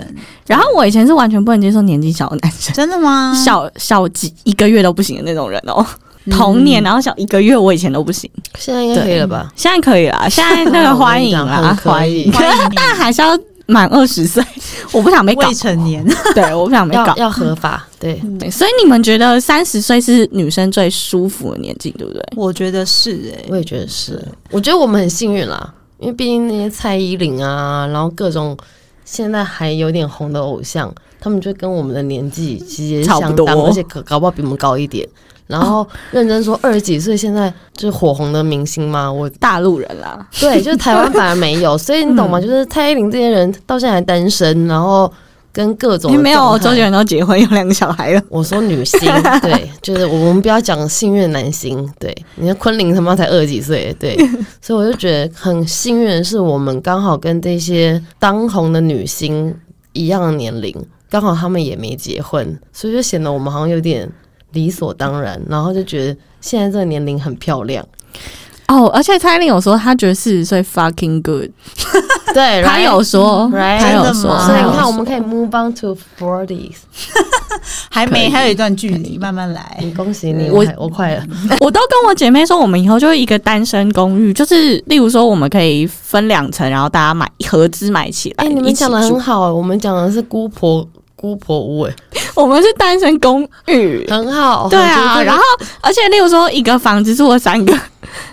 Speaker 1: 然后我以前是完全不能接受年纪小的男生，
Speaker 2: 真的吗？
Speaker 1: 小小几一个月都不行的那种人哦。
Speaker 2: 嗯
Speaker 1: 童年，然后小一个月，我以前都不行，
Speaker 3: 现在应该可以了吧？
Speaker 1: 现在可以 啦，现在那个欢迎
Speaker 3: 我跟你
Speaker 1: 啦
Speaker 3: 讲，很可以
Speaker 1: 欢迎可是但还是要满二十岁，我不想被搞
Speaker 2: 未，成年，
Speaker 1: 对，我不想被搞
Speaker 3: 要。要合法，嗯对，
Speaker 1: 对所以你们觉得三十岁是女生最舒服的年纪，对不对？
Speaker 2: 我觉得是哎、
Speaker 3: 我也觉得是。我觉得我们很幸运啦，因为毕竟那些蔡依林啊，然后各种现在还有点红的偶像，他们就跟我们的年纪其实也
Speaker 1: 差不
Speaker 3: 相
Speaker 1: 多
Speaker 3: 当，而且可搞不好比我们高一点。然后认真说，二十几岁现在就是火红的明星嘛，我
Speaker 1: 大陆人啦，
Speaker 3: 对，就是台湾反而没有，所以你
Speaker 1: 嗯
Speaker 3: 懂吗？就是蔡依林这些人到现在还单身，然后跟各种
Speaker 1: 因
Speaker 3: 的
Speaker 1: 为没有
Speaker 3: 状态
Speaker 1: 周杰伦都结婚有两个小孩了。
Speaker 3: 我说女星，对， 就是我们不要讲幸运男星，对，你看昆凌他妈才二十几岁， 对，所以我就觉得很幸运的是，我们刚好跟这些当红的女星一样的年龄，刚好他们也没结婚，所以就显得我们好像有点理所当然，然后就觉得现在这个年龄很漂亮，
Speaker 1: 哦，而且蔡依林有说她觉得四十岁 fucking good，
Speaker 3: 对，
Speaker 1: 她
Speaker 3: right？嗯
Speaker 1: 有说，
Speaker 3: right？
Speaker 1: 她有
Speaker 2: 真的
Speaker 1: 说，
Speaker 2: 吗
Speaker 3: 所以你
Speaker 1: 她
Speaker 3: 看，
Speaker 1: 有
Speaker 3: 我们可以 move on to forties，
Speaker 2: 还
Speaker 1: 可以
Speaker 2: 没，还有一段距离，慢慢来。
Speaker 3: 你恭喜你，
Speaker 1: 我
Speaker 3: 我还我快了，
Speaker 1: 我都跟我姐妹说，我们以后就是一个单身公寓，就是例如说，我们可以分两层，然后大家买合资买起来，
Speaker 3: 哎，你
Speaker 1: 一
Speaker 3: 们
Speaker 1: 起
Speaker 3: 讲的
Speaker 1: 住
Speaker 3: 很好，我们讲的是姑婆姑婆屋，哎。
Speaker 1: 我们是单身公寓，
Speaker 3: 很好，
Speaker 1: 对
Speaker 3: 我觉
Speaker 1: 啊，
Speaker 3: 得
Speaker 1: 然后而且例如说，一个房子住了三个，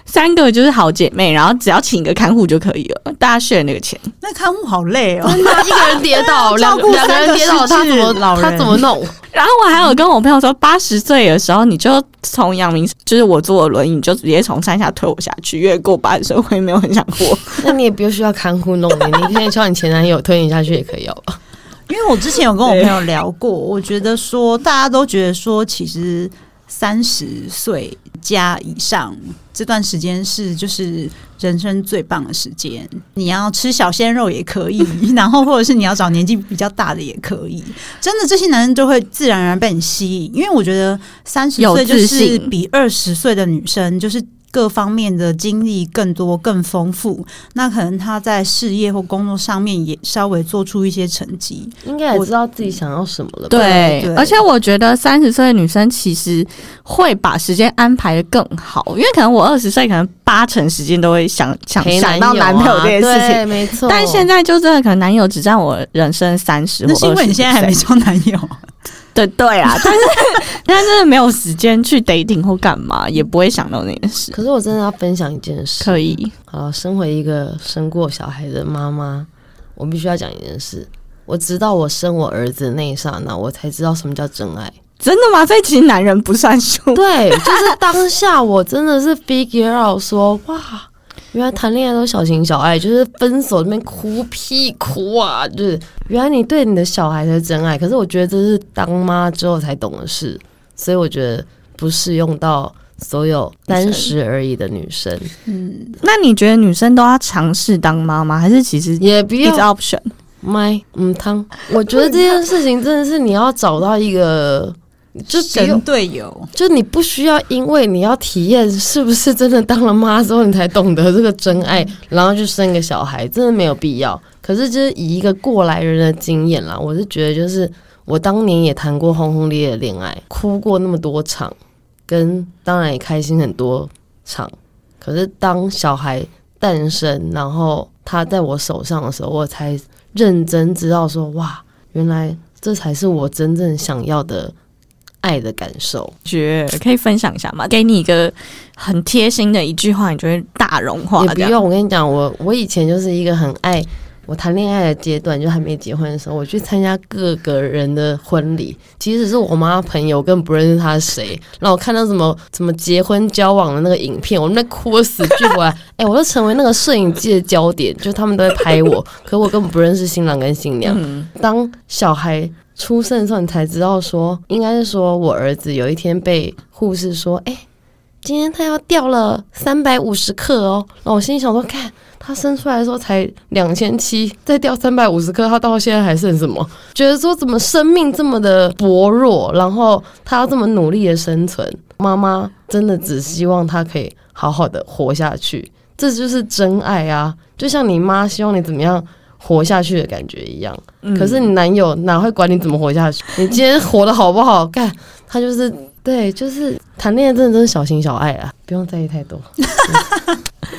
Speaker 1: 三个就是好姐妹，然后只要请一个看护就可以了，大家 share 那个钱。
Speaker 2: 那看护好累哦，
Speaker 3: 真的一个人跌倒，两
Speaker 2: 照顾
Speaker 3: 两个人跌倒，
Speaker 2: 三
Speaker 3: 他
Speaker 2: 个失
Speaker 3: 怎
Speaker 2: 智
Speaker 3: 么
Speaker 2: 老人
Speaker 3: 他怎么弄？
Speaker 1: 然后我还有跟我朋友说，八十岁的时候你就从阳明，就是我坐轮椅，你就直接从山下推我下去。越过八十岁，我也没有很想活。
Speaker 3: 那你也不需要看护弄你，你可以叫你前男友推你下去也可 以哦。
Speaker 2: 因为我之前有跟我朋友聊过，我觉得说大家都觉得说，其实三十岁加以上这段时间是就是人生最棒的时间。你要吃小鲜肉也 可以，然后或者是你要找年纪比较大的也可以。真的，这些男人就会自然而然被你吸引，因为我觉得三十岁
Speaker 1: 有
Speaker 2: 就
Speaker 1: 自
Speaker 2: 是
Speaker 1: 信
Speaker 2: 比二十岁的女生就是。各方面的经历更多、更丰富，那可能她在事业或工作上面也稍微做出一些成绩，
Speaker 3: 应该也知道自己想要什么了吧？
Speaker 1: 对，
Speaker 2: 对
Speaker 1: 而且我觉得三十岁的女生其实会把时间安排的更好，因为可能我二十岁可能八成时间都会想想
Speaker 3: 陪
Speaker 1: 想
Speaker 3: 男
Speaker 1: 到
Speaker 3: 友
Speaker 1: 男朋友
Speaker 3: 啊
Speaker 1: 这件事情
Speaker 3: 对，。没错。
Speaker 1: 但现在就真的可能男友只占我人生三十，
Speaker 2: 那是因为你现在还没交男 友，
Speaker 1: 对对 啊，但是但是没有时间去 dating 或干嘛，也不会想到那件事。
Speaker 3: 可是我真的要分享一件事。
Speaker 1: 可以，
Speaker 3: 好，身为一个生过小孩的妈妈，我必须要讲一件事。我直到我生我儿子那一刹那，我才知道什么叫真爱。
Speaker 1: 真的吗？所以其实男人不算数。
Speaker 3: 对，就是当下我真的是 figure out 说，哇，原来谈恋爱都小情小爱，就是分手那边哭屁哭啊，就是原来你对你的小孩才是真爱。可是我觉得这是当妈之后才懂的事，所以我觉得不适用到所有三十而已的女生，
Speaker 2: 嗯，
Speaker 1: 那你觉得女生都要尝试当妈妈，还是其实
Speaker 3: 也不
Speaker 1: 一
Speaker 3: 要
Speaker 1: 直 option？
Speaker 3: 麦嗯汤，我觉得这件事情真的是你要找到一个，就不
Speaker 2: 神
Speaker 3: 用，
Speaker 2: 队友。
Speaker 3: 就你不需要因为你要体验是不是真的当了妈之后你才懂得这个真爱，然后去生个小孩，真的没有必要。可是就是以一个过来人的经验啦，我是觉得就是我当年也谈过轰轰烈烈的恋爱，哭过那么多场，跟当然也开心很多场。可是当小孩诞生，然后他在我手上的时候，我才认真知道说，哇，原来这才是我真正想要的爱的感受。
Speaker 1: 觉得可以分享一下吗？给你一个很贴心的一句话，你就会大融化
Speaker 3: 也不
Speaker 1: 这样。
Speaker 3: 用，我跟你讲，我我以前就是一个很爱我谈恋爱的阶段，就还没结婚的时候，我去参加各个人的婚礼，即使是我妈朋友，更不认识她是谁。然后我看到什么什么结婚交往的那个影片，我们在哭得死去活来， 哎、我就成为那个摄影机的焦点，就他们都在拍我，可我根本不认识新郎跟新娘。
Speaker 1: 嗯，
Speaker 3: 当小孩出生的时候，你才知道说，应该是说我儿子有一天被护士说，哎、今天他要掉了三百五十克哦。然后我心里想说，看他生出来的时候才两千七，再掉三百五十克，他到现在还剩什么？觉得说怎么生命这么的薄弱，然后他要这么努力的生存，妈妈真的只希望他可以好好的活下去，这就是真爱啊！就像你妈希望你怎么样活下去的感觉一样。
Speaker 1: 嗯
Speaker 3: 可是你男友哪会管你怎么活下去？你今天活得好不好？干，他就是对，就是谈恋爱真的真是小情小爱啊，不用在意太多。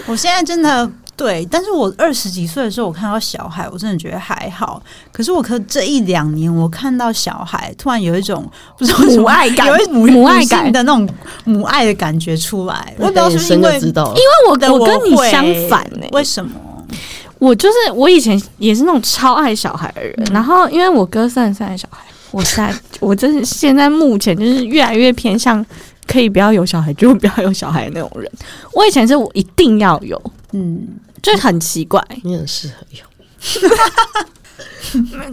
Speaker 2: 我现在真的对，但是我二十几岁的时候，我看到小孩，我真的觉得还好。可是我可这一两年，我看到小孩，突然有一种不知道为什么
Speaker 1: 母爱感
Speaker 2: 有一母
Speaker 1: 母爱
Speaker 2: 女性
Speaker 1: 感
Speaker 2: 的那种母爱的感觉出来。我也不知道
Speaker 3: 等
Speaker 2: 是
Speaker 3: 你
Speaker 2: 不是因
Speaker 3: 生就
Speaker 2: 为
Speaker 3: 知道了，
Speaker 1: 因
Speaker 2: 对
Speaker 1: 为我我跟你
Speaker 2: 会
Speaker 1: 相反呢、
Speaker 2: 为什么？
Speaker 1: 我就是我以前也是那种超爱小孩的人，然后因为我哥算是爱小孩，我现 在我真是现在目前就是越来越偏向可以不要有小孩就不要有小孩的那种人。我以前是我一定要有，
Speaker 2: 嗯，
Speaker 1: 就很奇怪。
Speaker 3: 你很适合有。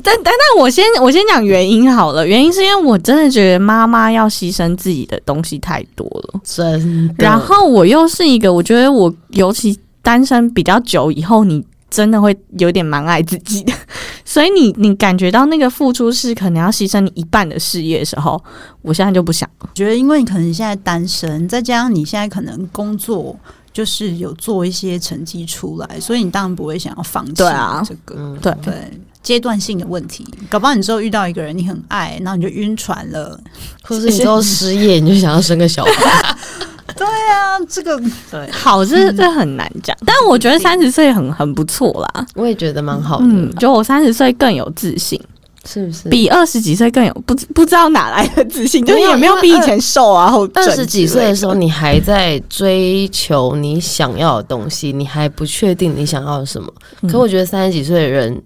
Speaker 1: 但但但我先我先讲原因好了，原因是因为我真的觉得妈妈要牺牲自己的东西太多了，
Speaker 3: 真的。
Speaker 1: 然后我又是一个我觉得我尤其单身比较久以后，你真的会有点蛮爱自己的。 所以你你感觉到那个付出是可能要牺牲你一半的事业的时候，我现在就不想了。
Speaker 2: 觉得因为你可能现在单身，再加上你现在可能工作。就是有做一些成绩出来，所以你当然不会想要放弃
Speaker 1: 对啊
Speaker 2: 这个。
Speaker 3: 嗯，
Speaker 1: 对，
Speaker 2: 对阶段性的问题，搞不好你之后遇到一个人你很爱，然后你就晕船了。
Speaker 3: 或是你之后失业，你就想要生个小孩。
Speaker 2: 啊，这个对，
Speaker 1: 好，这这很难讲。但我觉得三十岁很很不错啦。
Speaker 3: 我也觉得蛮好的，
Speaker 1: 嗯，就我三十岁更有自信，
Speaker 3: 是不是？
Speaker 1: 比二十几岁更有不知不知道哪来的自信，就是
Speaker 3: 没有
Speaker 1: 也没有比以前瘦啊。后
Speaker 3: 二十几岁的时候，你还在追求你想要的东西，你还不确定你想要什么。
Speaker 1: 嗯
Speaker 3: 可我觉得三十几岁的人，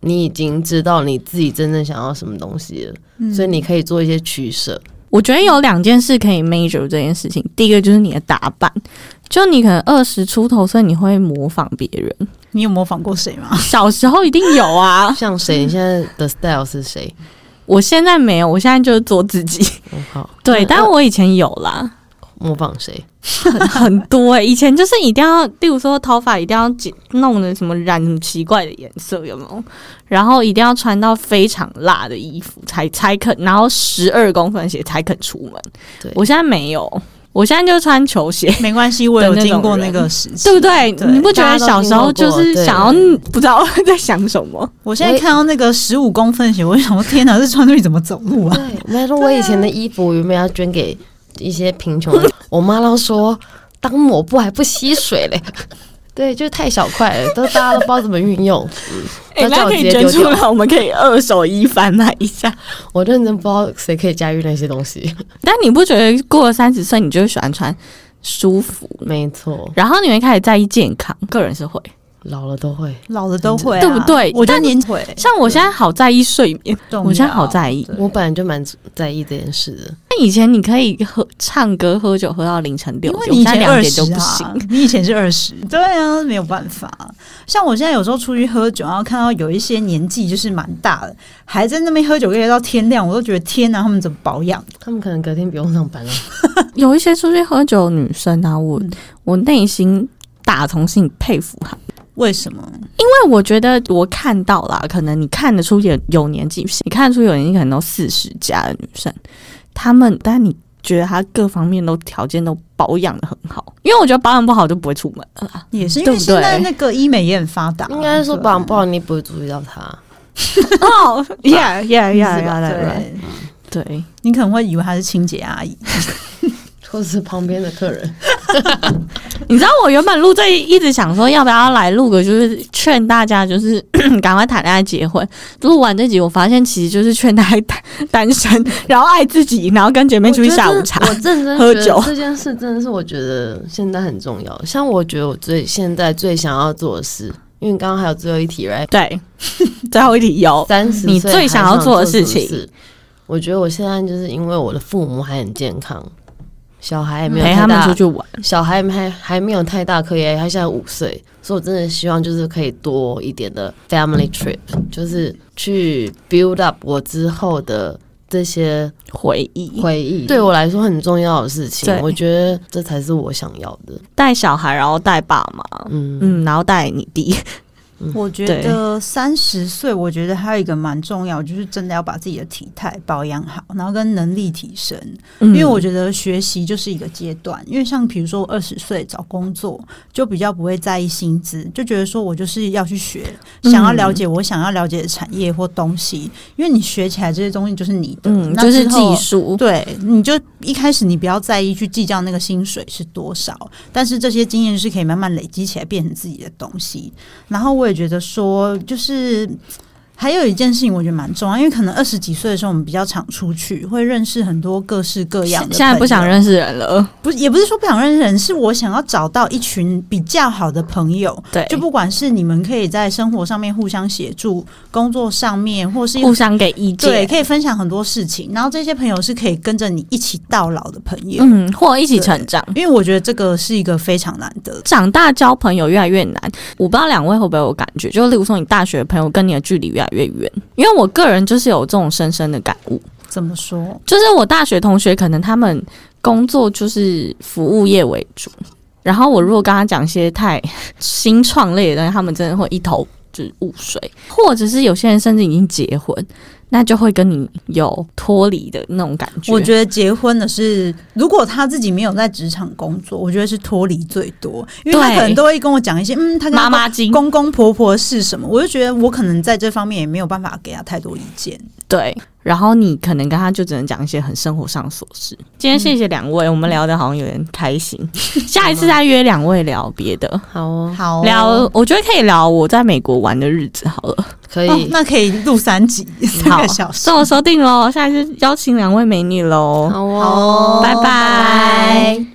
Speaker 3: 你已经知道你自己真正想要什么东西了，
Speaker 2: 嗯
Speaker 3: 所以你可以做一些取舍。。
Speaker 1: 我觉得有两件事可以 measure 这件事情，第一个就是你的打扮，就你可能二十出头，所以你会模仿别 人，
Speaker 2: 你有模仿过谁吗？
Speaker 1: 小时候一定有啊
Speaker 3: 像谁？你现在的 style 是谁？
Speaker 1: 我现在没有，我现在就是做自己。
Speaker 3: 我靠，
Speaker 1: 对，
Speaker 3: 那
Speaker 1: 但我以前有啦，
Speaker 3: 模仿谁？
Speaker 1: 很多、欸。以前就是一定要，例如说头发一定要剪弄的什么染什么奇怪的颜色，有没有？然后一定要穿到非常辣的衣服才才肯，然后十二公分鞋才肯出门。
Speaker 3: 对
Speaker 1: 我现在没有，我现在就穿球鞋。
Speaker 2: 没关系，我有
Speaker 1: 的那种
Speaker 2: 经过那
Speaker 1: 人
Speaker 2: 个时期，
Speaker 1: 对不对？
Speaker 2: 对
Speaker 1: 你不觉得小时候就是想要
Speaker 3: 大家都
Speaker 1: 不知道在想什么？
Speaker 2: 我现在看到那个十五公分鞋，我就想说，天哪，这穿出去怎么走路啊？
Speaker 3: 对，我跟你说，我以前的衣服我原本要捐给一些贫穷人，我妈都说当抹布还不吸水 嘞。对，就是太小块了，都大家都不知道怎么运用。
Speaker 1: 哎、
Speaker 3: 那
Speaker 1: 那
Speaker 3: 叫我
Speaker 1: 可以
Speaker 3: 直接
Speaker 1: 捐
Speaker 3: 丢
Speaker 1: 出
Speaker 3: 掉
Speaker 1: 来，我们可以二手衣贩卖一下。
Speaker 3: 我认真不知道谁可以驾驭那些东西。
Speaker 1: 但你不觉得过了三十岁，你就会喜欢穿舒服，
Speaker 3: 没错，
Speaker 1: 然后你会开始在意健康？个人是会，
Speaker 3: 老了都会。
Speaker 2: 老了都会啊、
Speaker 1: 对不对
Speaker 2: 我觉得
Speaker 1: 但
Speaker 2: 年会
Speaker 1: 像我现在好在意睡眠，
Speaker 2: 重
Speaker 1: 我现在
Speaker 2: 要
Speaker 1: 好在意。
Speaker 2: 对
Speaker 3: 我本来就蛮在意这件事的。
Speaker 1: 但以前你可以喝唱歌、喝酒，喝到凌晨六
Speaker 2: 因为
Speaker 1: 点，
Speaker 2: 你
Speaker 1: 我现
Speaker 2: 以
Speaker 1: 在
Speaker 2: 前
Speaker 1: 两
Speaker 2: 二
Speaker 1: 点就
Speaker 2: 十
Speaker 1: 不行
Speaker 2: 啊。，你以前是二十，对啊，没有办法。像我现在有时候出去喝酒，然后看到有一些年纪就是蛮大的，还在那边喝酒，可以喝到天亮，我都觉得天哪，他们怎么保养？
Speaker 3: 他们可能隔天不用上 班了。
Speaker 1: 有一些出去喝酒的女生啊，我、我内心打从心里佩服她们
Speaker 2: 为什么？
Speaker 1: 因为我觉得我看到啦，可能你看得出有有年纪，你看得出有年纪可能都四十加的女生，她们，但你觉得她各方面都条件都保养的很好，因为我觉得保养不好就不会出门 了啦。
Speaker 2: 也是因
Speaker 1: 对
Speaker 2: 为
Speaker 1: 不
Speaker 2: 现在
Speaker 1: 对
Speaker 2: 那个医美也很发达啊，
Speaker 3: 应该说
Speaker 2: 对啊
Speaker 3: 保养不好，你不会注意到它。
Speaker 1: 哦，yeah yeah
Speaker 2: 是
Speaker 1: yeah yeah，
Speaker 2: 吧哎对，
Speaker 1: 啊对对，
Speaker 2: 你可能会以为她是清洁阿姨，
Speaker 3: 或是旁边的客人，
Speaker 1: 你知道我原本录这一一直想说要不要来录个，就是劝大家就是 赶快谈恋爱结婚。录完这集，我发现其实就是劝大家单单身，然后爱自己，然后跟姐妹出去下午茶
Speaker 3: 我。认真
Speaker 1: 喝
Speaker 3: 觉得
Speaker 1: 酒
Speaker 3: 这件事真的是我觉得现在很重要。像我觉得我最现在最想要做的事，因为刚刚还有最后一题，right？
Speaker 1: 对， 最后一题有。
Speaker 3: 三十
Speaker 1: 你最想要做的事情，
Speaker 3: 我觉得我现在就是因为我的父母还很健康，小孩也没有
Speaker 1: 陪
Speaker 3: 太
Speaker 1: 哎他们
Speaker 3: 大
Speaker 1: 出去玩。
Speaker 3: 小孩还还没有太大可以，他现在五岁，所以我真的希望就是可以多一点的 family trip，就是去 build up 我之后的这些
Speaker 1: 回忆，
Speaker 3: 回忆，对我来说很重要的事情
Speaker 1: 对，
Speaker 3: 我觉得这才是我想要的。
Speaker 1: 带小孩，然后带爸妈，
Speaker 3: 嗯，
Speaker 1: 嗯，然后带你弟，
Speaker 2: 我觉
Speaker 1: 对
Speaker 2: 得三十岁，我觉得还有一个蛮重要，就是真的要把自己的体态保养好，然后跟能力提升。
Speaker 1: 嗯
Speaker 2: 因为我觉得学习就是一个阶段，因为像比如说我二十岁找工作，就比较不会在意薪资，就觉得说我就是要去学，
Speaker 1: 嗯
Speaker 2: 想要了解我想要了解的产业或东西，因为你学起来这些东西就是你的，
Speaker 1: 嗯，
Speaker 2: 那
Speaker 1: 就是
Speaker 2: 之后
Speaker 1: 技术，
Speaker 2: 对，你就一开始你不要在意去计较那个薪水是多少，但是这些经验是可以慢慢累积起来变成自己的东西。然后我也觉得说，就是还有一件事情，我觉得蛮重要，因为可能二十几岁的时候，我们比较常出去，会认识很多各式各样
Speaker 1: 现
Speaker 2: 的。
Speaker 1: 现在不想，认识人了，
Speaker 2: 不是也不是说不想认识人，是我想要找到一群比较好的朋友。
Speaker 1: 对，
Speaker 2: 就不管是你们可以在生活上面互相协助，工作上面，或是
Speaker 1: 互相给意
Speaker 2: 对，
Speaker 1: 见，
Speaker 2: 可以分享很多事情，然后这些朋友是可以跟着你一起到老的朋友，
Speaker 1: 嗯，或一起成长。
Speaker 2: 因为我觉得这个是一个非常难得的。
Speaker 1: 长大交朋友越来越难，我不知道两位会不会有感觉，就例如说你大学的朋友跟你的距离越来越远，因为我个人就是有这种深深的感悟，
Speaker 2: 怎么说？
Speaker 1: 就是我大学同学，可能他们工作就是服务业为主，然后我如果跟他讲一些太新创类的东西，他们真的会一头就是雾水，或者是有些人甚至已经结婚，那就会跟你有脱离的那种感觉。
Speaker 2: 我觉得结婚的是，如果他自己没有在职场工作，我觉得是脱离最多，因为他
Speaker 1: 对
Speaker 2: 可能都会跟我讲一些，嗯，他跟他
Speaker 1: 妈妈经
Speaker 2: 公公婆婆是什么，我就觉得我可能在这方面也没有办法给他太多意见。
Speaker 1: 对，然后你可能跟他就只能讲一些很生活上的琐事。今天谢谢两位，我们聊的好像有点开心， 下一次再约两位聊别的。
Speaker 3: 好哦，
Speaker 2: 好哦
Speaker 1: 聊，我觉得可以聊我在美国玩的日子好了。
Speaker 3: 可
Speaker 2: 哦
Speaker 3: 以，
Speaker 2: 那可以录三集，三
Speaker 1: 好
Speaker 2: 个小，时
Speaker 1: 这。我说定喽，下一次邀请两位美女喽。
Speaker 3: 好
Speaker 2: 好
Speaker 3: 哦
Speaker 2: 哦，
Speaker 1: 拜拜
Speaker 2: 拜